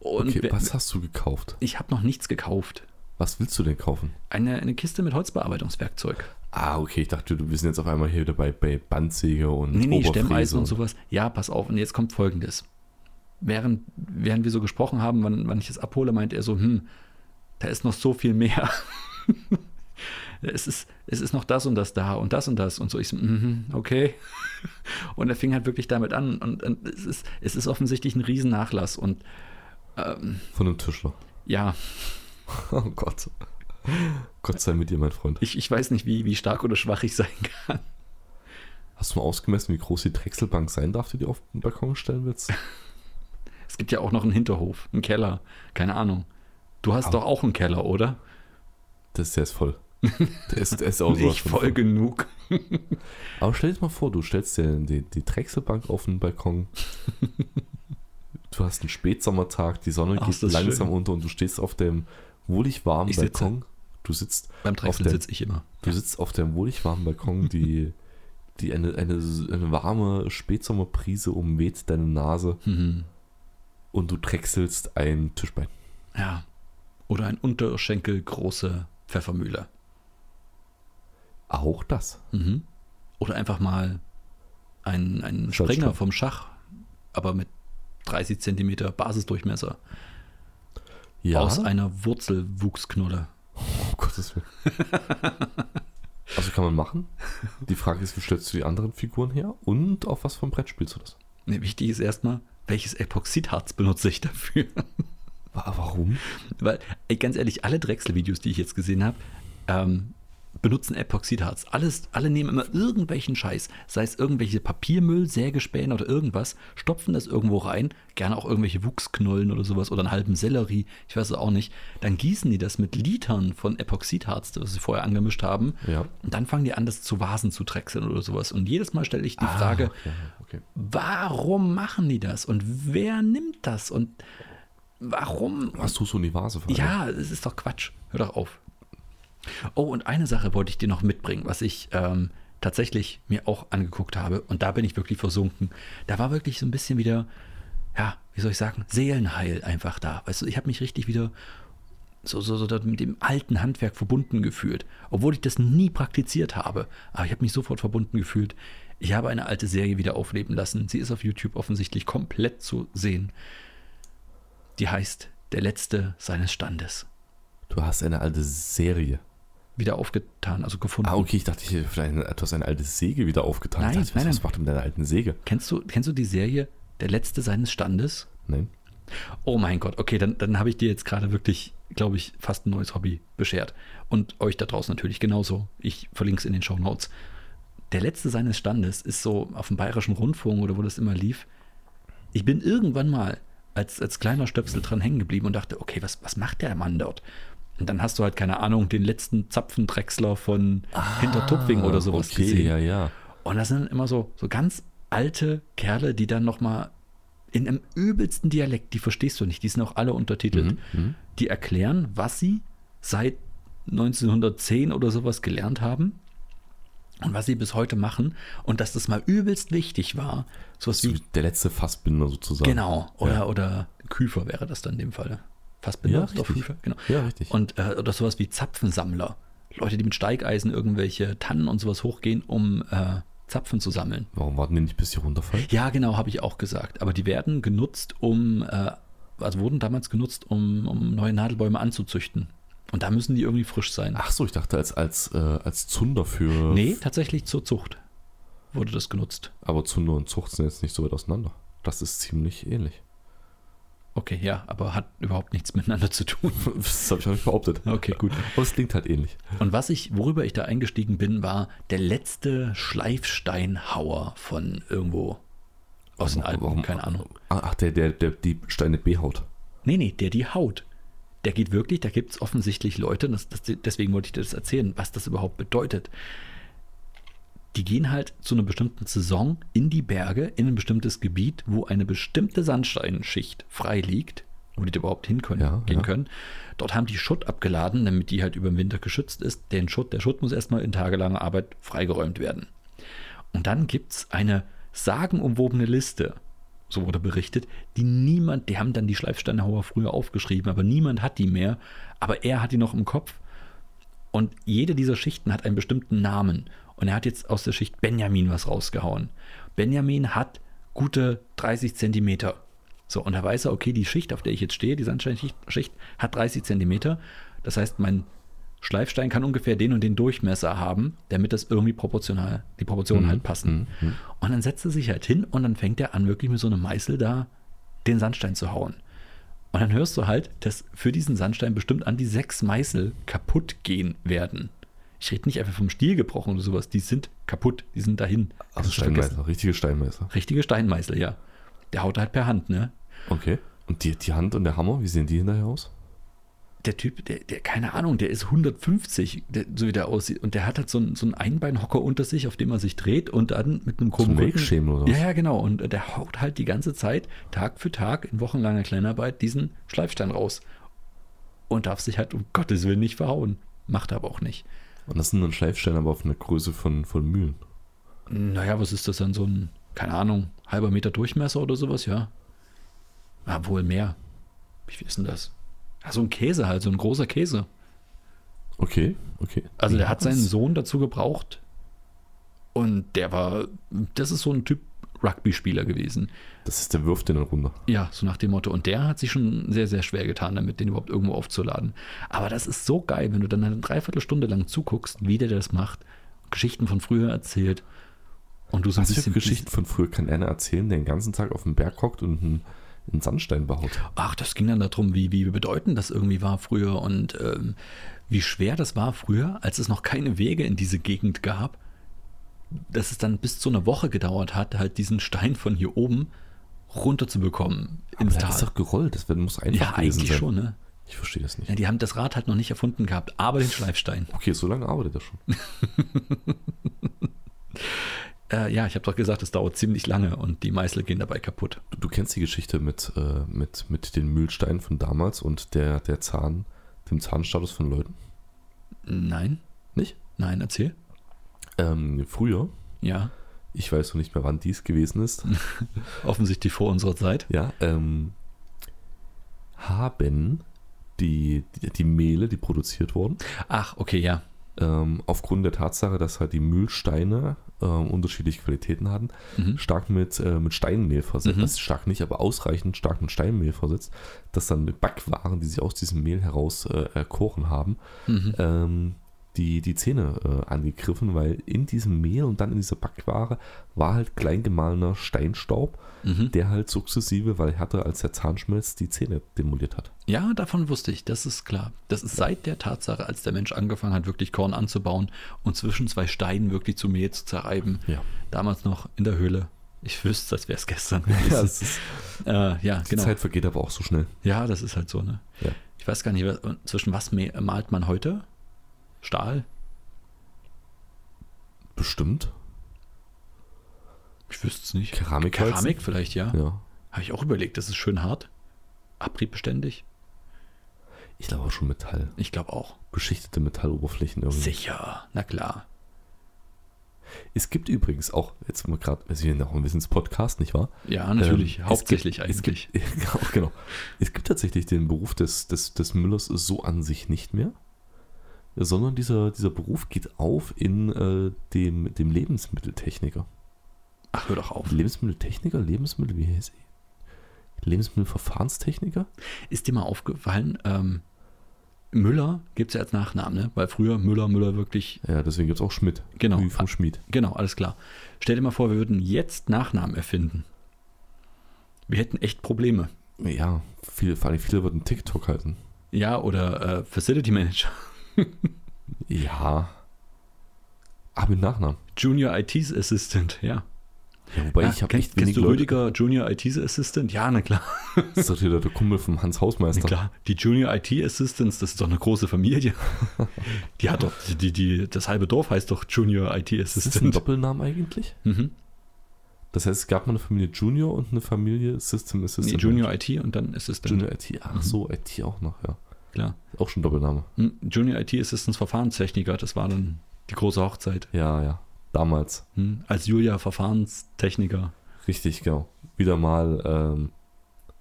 A: Und
B: Okay,
A: wer-
B: was hast du gekauft?
A: ich habe noch nichts gekauft.
B: Was willst du denn kaufen?
A: Eine, eine Kiste mit Holzbearbeitungswerkzeug.
B: Ah, okay, ich dachte, du- wir sind jetzt auf einmal hier wieder bei, bei Bandsäge und
A: Nee, nee,
B: Oberfräse
A: Stemmeisen und sowas. Ja, pass auf. Und jetzt kommt Folgendes. Während, während wir so gesprochen haben, wann, wann ich es abhole, meinte er so, hm, da ist noch so viel mehr. [laughs] es, ist, es ist noch das und das da und das und das. Und so, ich so, mhm, okay. [laughs] Und er fing halt wirklich damit an. Und, und es, ist, es ist offensichtlich ein Riesennachlass. Und
B: Von einem Tischler. [laughs]
A: ja,
B: Oh Gott. Gott sei mit dir, mein Freund.
A: ich, ich weiß nicht, wie, wie stark oder schwach ich sein [laughs] kann.
B: Hast du mal ausgemessen, wie groß die Drechselbank sein darf, die du auf den Balkon
A: [laughs]
B: stellen willst?
A: Es gibt ja auch noch einen Hinterhof, einen Keller. Keine Ahnung. Du hast doch auch einen Keller, oder?
B: Das ist, der ist voll. Der
A: [laughs]
B: ist, der ist auch sowas
A: ich
B: von
A: voll genug.
B: Aber stell dir mal vor, du stellst dir die, die Drechselbank auf
A: [laughs]
B: den Balkon. du hast einen Spätsommertag, die Sonne
A: Ach,
B: geht
A: ist das
B: langsam
A: schön.
B: unter und du stehst auf dem wohlig warmen
A: Ich sitze.
B: Balkon. Du sitzt,
A: Beim
B: Auf
A: Drechsel
B: der-
A: sitze ich immer.
B: du sitzt auf dem wohlig warmen Balkon, die,
A: [laughs]
B: die eine, eine, eine warme Spätsommerbrise umweht deine Nase
A: Mhm.
B: und du drechselst ein Tischbein.
A: Ja. Oder ein Unterschenkel große Pfeffermühle.
B: Auch das.
A: Mhm. Oder einfach mal ein, ein
B: Schaut
A: Springer
B: schon.
A: vom Schach, aber mit 30 Zentimeter Basisdurchmesser
B: Ja.
A: aus einer Wurzelwuchsknolle.
B: Oh
A: [laughs]
B: Gottes Willen. Also kann man machen. Die Frage ist, wie stellst du die anderen Figuren her und auf was vom Brett spielst du das?
A: Nee, wichtig ist erstmal, welches Epoxidharz benutze ich dafür?
B: Wa- Warum?
A: Weil, ey, ganz ehrlich, alle Drechsel-Videos, die ich jetzt gesehen habe, ähm, benutzen Epoxidharz. Alles, alle nehmen immer irgendwelchen Scheiß, sei es irgendwelche Papiermüll, Sägespäne oder irgendwas, stopfen das irgendwo rein, gerne auch irgendwelche Wuchsknollen oder sowas oder einen halben Sellerie, ich weiß es auch nicht. Dann gießen die das mit Litern von Epoxidharz, das sie vorher angemischt haben.
B: Ja.
A: Und dann fangen die an, das zu Vasen zu drechseln oder sowas. Und jedes Mal stelle ich die
B: Ah,
A: Frage,
B: ja, okay.
A: warum machen die das? Und wer nimmt das? Und warum?
B: Was tust du in die Vase? Frage?
A: Ja, es ist doch Quatsch. Hör doch auf. Oh, und eine Sache wollte ich dir noch mitbringen, was ich ähm, tatsächlich mir auch angeguckt habe. Und da bin ich wirklich versunken. Da war wirklich so ein bisschen wieder, ja, wie soll ich sagen, Seelenheil einfach da. Weißt du, ich habe mich richtig wieder so, so, so mit dem alten Handwerk verbunden gefühlt. Obwohl ich das nie praktiziert habe. Aber ich habe mich sofort verbunden gefühlt. Ich habe eine alte Serie wieder aufleben lassen. Sie ist auf YouTube offensichtlich komplett zu sehen. Die heißt Der Letzte seines Standes.
B: Du hast eine alte Serie.
A: Wieder aufgetan, also gefunden.
B: Ah, okay, ich dachte, ich, vielleicht eine- du hast eine alte Säge wieder aufgetan.
A: Nein,
B: ich dachte,
A: nein,
B: was
A: nein.
B: macht denn mit deiner alten Säge?
A: Kennst, du, kennst du die Serie Der Letzte seines Standes?
B: Nein.
A: Oh mein Gott, okay, dann, dann habe ich dir jetzt gerade wirklich, glaube ich, fast ein neues Hobby beschert. Und euch da draußen natürlich genauso. Ich verlinke es in den Show Notes. Der Letzte seines Standes ist so auf dem Bayerischen Rundfunk oder wo das immer lief, Ich bin irgendwann mal als, als kleiner Stöpsel dran hängen geblieben und dachte, okay, was, was macht der Mann dort? Und dann hast du halt, keine Ahnung, den letzten Zapfendrechsler von Hintertupfing oder sowas
B: Ah, okay,
A: gesehen.
B: ja, ja.
A: Und das sind immer so, so ganz alte Kerle, die dann nochmal in einem übelsten Dialekt, die verstehst du nicht, die sind auch alle untertitelt,
B: mhm.
A: die erklären, was sie seit 1910 oder sowas gelernt haben und was sie bis heute machen und dass das mal übelst wichtig war. Sowas
B: So
A: wie,
B: der letzte Fassbinder sozusagen.
A: genau, oder,
B: Ja.
A: oder Küfer wäre das dann in dem Fall. Fassbinder,
B: Ja,
A: ist doch
B: richtig.
A: Küfer, genau.
B: Ja, richtig.
A: Und äh, oder sowas wie Zapfensammler. Leute, die mit Steigeisen irgendwelche Tannen und sowas hochgehen, um äh, Zapfen zu sammeln.
B: Warum warten die nicht, bis sie runterfallen?
A: Ja, genau, habe ich auch gesagt. Aber die werden genutzt, um, äh, also wurden damals genutzt, um, um neue Nadelbäume anzuzüchten. Und da müssen die irgendwie frisch sein.
B: Ach so, ich dachte als, als, äh, als Zunder für.
A: nee, tatsächlich zur Zucht wurde das genutzt.
B: Aber Zunder und Zucht sind jetzt nicht so weit auseinander. Das ist ziemlich ähnlich. [laughs]
A: Okay, ja, aber hat überhaupt nichts [laughs] miteinander zu tun.
B: Das habe ich auch nicht behauptet.
A: Okay, gut.
B: Aber es klingt halt ähnlich.
A: Und was ich, worüber ich da eingestiegen bin, war der letzte Schleifsteinhauer von irgendwo aus den Alpen, keine Ahnung.
B: Ah, Ach, der, der, der die Steine behaut.
A: Nee, nee, der die haut. Der geht wirklich, da gibt es offensichtlich Leute, und das, das, deswegen wollte ich dir das erzählen, was das überhaupt bedeutet. Die gehen halt zu einer bestimmten Saison in die Berge, in ein bestimmtes Gebiet, wo eine bestimmte Sandsteinschicht frei liegt, wo die da überhaupt hin können,
B: Ja,
A: gehen
B: ja.
A: können. Dort haben die Schutt abgeladen, damit die halt über den Winter geschützt ist. Den Schutt, der Schutt muss erstmal in tagelanger Arbeit freigeräumt werden. Und dann gibt es eine sagenumwobene Liste, so wurde berichtet, die niemand, die haben dann die Schleifsteinhauer früher aufgeschrieben, aber niemand hat die mehr, aber er hat die noch im Kopf. Und jede dieser Schichten hat einen bestimmten Namen. Und er hat jetzt aus der Schicht Benjamin was rausgehauen. Benjamin hat gute 30 Zentimeter. So, und da weiß er, okay, die Schicht, auf der ich jetzt stehe, die Sandsteinschicht, Schicht, hat 30 Zentimeter. Das heißt, mein Schleifstein kann ungefähr den und den Durchmesser haben, damit das irgendwie proportional, die Proportionen halt passen. Und dann setzt er sich halt hin und dann fängt er an, wirklich mit so einem Meißel da den Sandstein zu hauen. Und dann hörst du halt, dass für diesen Sandstein bestimmt an die sechs Meißel kaputt gehen werden. Ich rede nicht einfach vom Stiel gebrochen oder sowas, die sind kaputt, die sind dahin.
B: Also
A: Kannst du vergessen.
B: Steinmeißer, richtige Steinmeißer.
A: Richtige Steinmeißel, ja. Der haut halt per Hand, ne?
B: Okay. Und die, die Hand und der Hammer, wie sehen die hinterher aus?
A: der Typ, der, der, keine Ahnung, der ist 150, der, so wie der aussieht. Und der hat halt so einen, so einen Einbeinhocker unter sich, auf dem er sich dreht und dann mit einem krummen
B: Zum Milchschämen oder was?
A: Ja, ja, genau. Und äh, der haut halt die ganze Zeit, Tag für Tag, in wochenlanger Kleinarbeit, diesen Schleifstein raus. Und darf sich halt um Gottes Willen nicht verhauen. Macht er aber auch nicht.
B: Und das sind dann Schleifsteine, aber auf einer Größe von, von Mühlen.
A: Naja, was ist das dann? So ein, keine Ahnung, halber Meter Durchmesser oder sowas, ja. Ja, wohl mehr. Wie viel ist denn das? Ja, so ein Käse halt, so ein großer Käse.
B: Okay, okay.
A: Also der hat
B: Was?
A: seinen Sohn dazu gebraucht und der war, das ist so ein Typ Rugby-Spieler gewesen.
B: Das ist der wirft den dann runter.
A: Ja, so nach dem Motto. Und der hat sich schon sehr, sehr schwer getan, damit den überhaupt irgendwo aufzuladen. Aber das ist so geil, wenn du dann eine Dreiviertelstunde lang zuguckst, wie der das macht, Geschichten von früher erzählt und du so ein
B: Was für
A: bisschen
B: Geschichten von früher kann einer erzählen, der den ganzen Tag auf dem Berg hockt und einen, einen Sandstein behaut?
A: Ach, das ging dann darum, wie, wie bedeutend das irgendwie war früher und ähm, wie schwer das war früher, als es noch keine Wege in diese Gegend gab, dass es dann bis zu einer Woche gedauert hat, halt diesen Stein von hier oben runterzubekommen ins
B: Das ist
A: Tal.
B: doch gerollt, das muss einfach
A: Ja, eigentlich schon, ne?
B: Ich verstehe das nicht.
A: Ja, die haben das Rad halt noch nicht erfunden gehabt, aber den Schleifstein.
B: Okay, so lange arbeitet er schon.
A: Äh, ja, ich habe doch gesagt, es dauert ziemlich lange und die Meißel gehen dabei kaputt.
B: Du, du kennst die Geschichte mit, äh, mit, mit den Mühlsteinen von damals und der, der Zahn, dem Zahnstatus von Leuten?
A: Nein,
B: Nicht?
A: nein, erzähl.
B: Ähm, früher,
A: Ja,
B: ich weiß noch nicht mehr, wann dies gewesen ist,
A: offensichtlich vor unserer Zeit.
B: ja, ähm, haben die, die, die Mehle, die produziert wurden,
A: Ach, okay, ja.
B: ähm, aufgrund der Tatsache, dass halt die Mühlsteine ähm, unterschiedliche Qualitäten hatten,
A: Mhm.
B: stark mit, äh, mit Steinmehl versetzt,
A: Mhm.
B: also stark nicht, aber ausreichend stark mit Steinmehl versetzt, dass dann Backwaren, die sie aus diesem Mehl heraus äh, erkoren haben,
A: Mhm.
B: ähm, die, die Zähne äh, angegriffen, weil in diesem Mehl und dann in dieser Backware war halt klein gemahlener Steinstaub,
A: Mhm.
B: der halt sukzessive, weil härter als der Zahnschmelz, die Zähne demoliert hat.
A: Ja, davon wusste ich, das ist klar. Das ist seit der Tatsache, als der Mensch angefangen hat, wirklich Korn anzubauen und zwischen zwei Steinen wirklich zu Mehl zu zerreiben.
B: Ja.
A: Damals noch in der Höhle Ich wüsste, als wäre es gestern.
B: [laughs] Ja, halt es ist,
A: äh, ja
B: die
A: genau.
B: Zeit vergeht aber auch so schnell.
A: Ja, das ist halt so, ne?
B: Ja.
A: Ich weiß gar nicht, was, zwischen was mä- malt man heute? Stahl?
B: Bestimmt.
A: Ich wüsste es nicht.
B: Keramik.
A: Keramik vielleicht, ja.
B: Ja.
A: Habe ich auch überlegt, das ist schön hart. Abbiebbeständig?
B: Ich glaube auch schon Metall.
A: Ich glaube auch.
B: Beschichtete Metalloberflächen irgendwie.
A: Sicher, na klar.
B: Es gibt übrigens auch, jetzt mal gerade, wir sind hier noch ein Wissenspodcast, nicht wahr?
A: Ja, natürlich.
B: Ähm, es
A: Hauptsächlich
B: gibt-
A: eigentlich.
B: Es [laughs] gibt, genau, genau. Es gibt tatsächlich den Beruf des, des, des Müllers so an sich nicht mehr, sondern dieser, dieser Beruf geht auf in äh, dem, dem Lebensmitteltechniker.
A: Ach, hör doch auf.
B: Lebensmitteltechniker? Lebensmittel, wie heißt er? Lebensmittelverfahrenstechniker?
A: Ist dir mal aufgefallen, ähm, Müller gibt es ja als Nachnamen, ne? Weil früher Müller, Müller wirklich.
B: Ja, deswegen gibt es auch Schmidt.
A: Genau.
B: Wie vom Schmied.
A: Genau, alles klar. Stell dir mal vor, wir würden jetzt Nachnamen erfinden. Wir hätten echt Probleme.
B: Ja, viele, vor allem viele würden TikTok halten.
A: Ja, oder äh, Facility Manager. [laughs]
B: Ja. Aber mit Nachnamen.
A: Junior IT Assistant, ja.
B: Ja, wobei
A: ja,
B: ich habe
A: kenn-
B: echt wenig
A: kennst du
B: Leute.
A: Rüdiger Junior IT Assistant? Ja, na klar.
B: Das ist doch hier der Kumpel vom Hans
A: Na
B: Hausmeister.
A: klar. Die Junior IT Assistants, das ist doch eine große
B: [laughs]
A: Familie. Die hat doch, die, die, die, das halbe Dorf heißt doch Junior IT
B: Ist das ein
A: Assistant.
B: Doppelname eigentlich?
A: Mhm.
B: Das heißt, es gab mal eine Familie Junior und eine Familie System
A: Nee,
B: Assistant.
A: Junior IT und dann Assistant.
B: Junior IT. Ach so, IT auch noch, ja.
A: Klar.
B: Auch schon Doppelname.
A: Hm, Junior IT Assistance Verfahrenstechniker, das war dann die große Hochzeit.
B: Ja, ja. Damals.
A: Hm? Als Julia Verfahrenstechniker.
B: Richtig, genau. Wieder mal, ähm,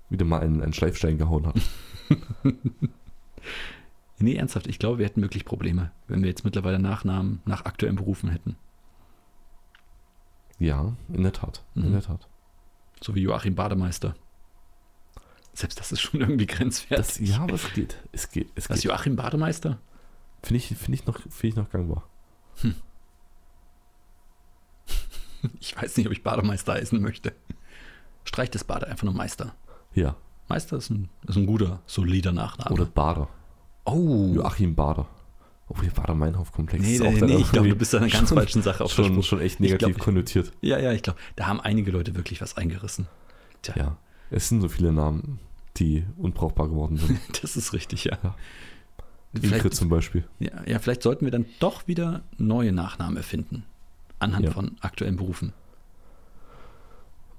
B: wieder mal einen, einen Schleifstein gehauen hat.
A: Nee, ernsthaft, ich glaube, wir hätten wirklich Probleme, wenn wir jetzt mittlerweile Nachnamen nach aktuellen Berufen hätten.
B: ja, in der Tat. In
A: Mhm.
B: der Tat.
A: So wie Joachim Bademeister. Selbst das ist schon irgendwie grenzwertig.
B: Das, ja, aber es geht. Es geht. Es
A: Was,
B: geht.
A: Joachim Bademeister?
B: Finde ich, find ich, noch- find ich noch gangbar.
A: Ich weiß nicht, ob ich Bademeister heißen möchte. Streich das Bade einfach nur Meister.
B: Ja.
A: Meister ist ein, ist ein guter, solider Nachname.
B: Oder Bader.
A: oh,
B: Joachim Bader. Obwohl, Bader-Meinhof-Komplex
A: nee,
B: auch
A: nee, nee,
B: dann
A: ich
B: irgendwie
A: glaube, du bist da einer ganz
B: schon-
A: falschen Sache auf der
B: schon,
A: Spur.
B: schon echt
A: Ich
B: negativ
A: glaub, ich-
B: konnotiert.
A: Ja, ja, ich glaube, da haben einige Leute wirklich was eingerissen. Tja,
B: Ja, es sind so viele Namen, die unbrauchbar geworden sind.
A: das ist richtig, ja.
B: Ja.
A: [laughs]
B: Ingrid
A: Vielleicht,
B: zum Beispiel.
A: ja, ja, vielleicht sollten wir dann doch wieder neue Nachnamen erfinden. Anhand
B: Ja.
A: von aktuellen Berufen.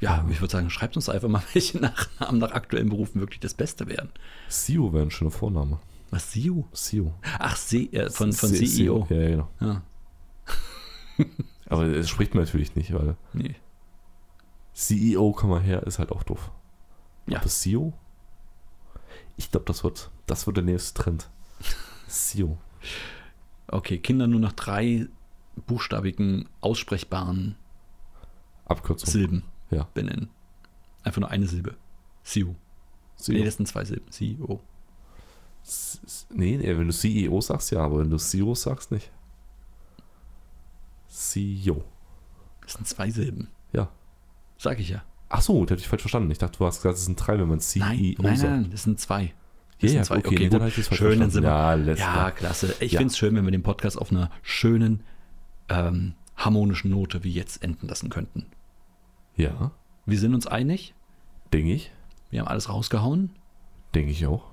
A: Ja, ich würde sagen, schreibt uns einfach mal, [laughs] welche Nachnamen nach aktuellen Berufen wirklich das Beste wären.
B: Sio wäre ein schöner Vorname.
A: Was, CEO?
B: Sio.
A: Ach, C, äh, von, von
B: C-
A: CEO.
B: Ja, ja, genau.
A: Ja,
B: Aber das spricht man natürlich nicht, weil
A: nee.
B: CEO, komm mal her, ist halt auch doof.
A: Ja.
B: Aber Sio? E Ich glaube, das wird, das wird der nächste Trend. E Sio.
A: Okay, Kinder nur nach drei buchstabigen, aussprechbaren
B: Abkürzung.
A: Silben
B: Ja.
A: benennen. Einfach nur eine Silbe. CEO.
B: Sio.
A: Nee, das sind zwei Silben. E CEO.
B: E S- s- Nee, nee, wenn du CEO sagst, ja, aber wenn du CEO sagst, nicht. CEO.
A: Das sind zwei Silben.
B: Ja.
A: Sag ich ja.
B: Ach so, da hab ich falsch verstanden. Ich dachte, du hast gesagt, es sind drei, wenn man CEO
A: Nein, nein,
B: sagt.
A: nein, nein, das sind zwei.
B: Ja,
A: Das sind
B: ja,
A: zwei.
B: okay,
A: Okay,
B: nee,
A: gut.
B: dann hab ich das falsch
A: Schön, dann
B: verstanden.
A: sind wir-
B: Ja, lässt
A: Ja,
B: mal.
A: klasse. Ich
B: Ja.
A: finde es schön, wenn wir den Podcast auf einer schönen, ähm, harmonischen Note wie jetzt enden lassen könnten.
B: Ja,
A: Wir sind uns einig.
B: denke ich.
A: Wir haben alles rausgehauen.
B: Denke ich auch.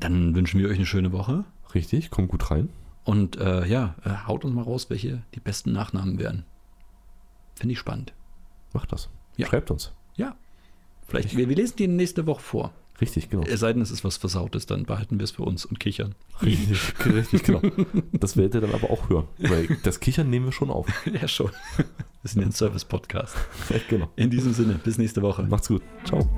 A: Dann wünschen wir euch eine schöne Woche.
B: Richtig, kommt gut rein.
A: Und äh, ja, äh, haut uns mal raus, welche die besten Nachnamen wären. Finde ich spannend.
B: Macht das.
A: Ja.
B: Schreibt uns.
A: Ja. Vielleicht, wir, wir lesen die nächste Woche vor.
B: Richtig, genau.
A: Es sei denn, es ist was Versautes, dann behalten wir es für uns und kichern.
B: Richtig, richtig, genau. Das werdet ihr dann aber auch hören. Weil das Kichern nehmen wir schon auf.
A: [laughs]
B: [laughs]
A: ja, schon. Wir sind ja ein Service-Podcast.
B: genau.
A: In diesem Sinne, bis nächste Woche.
B: Macht's gut. Ciao.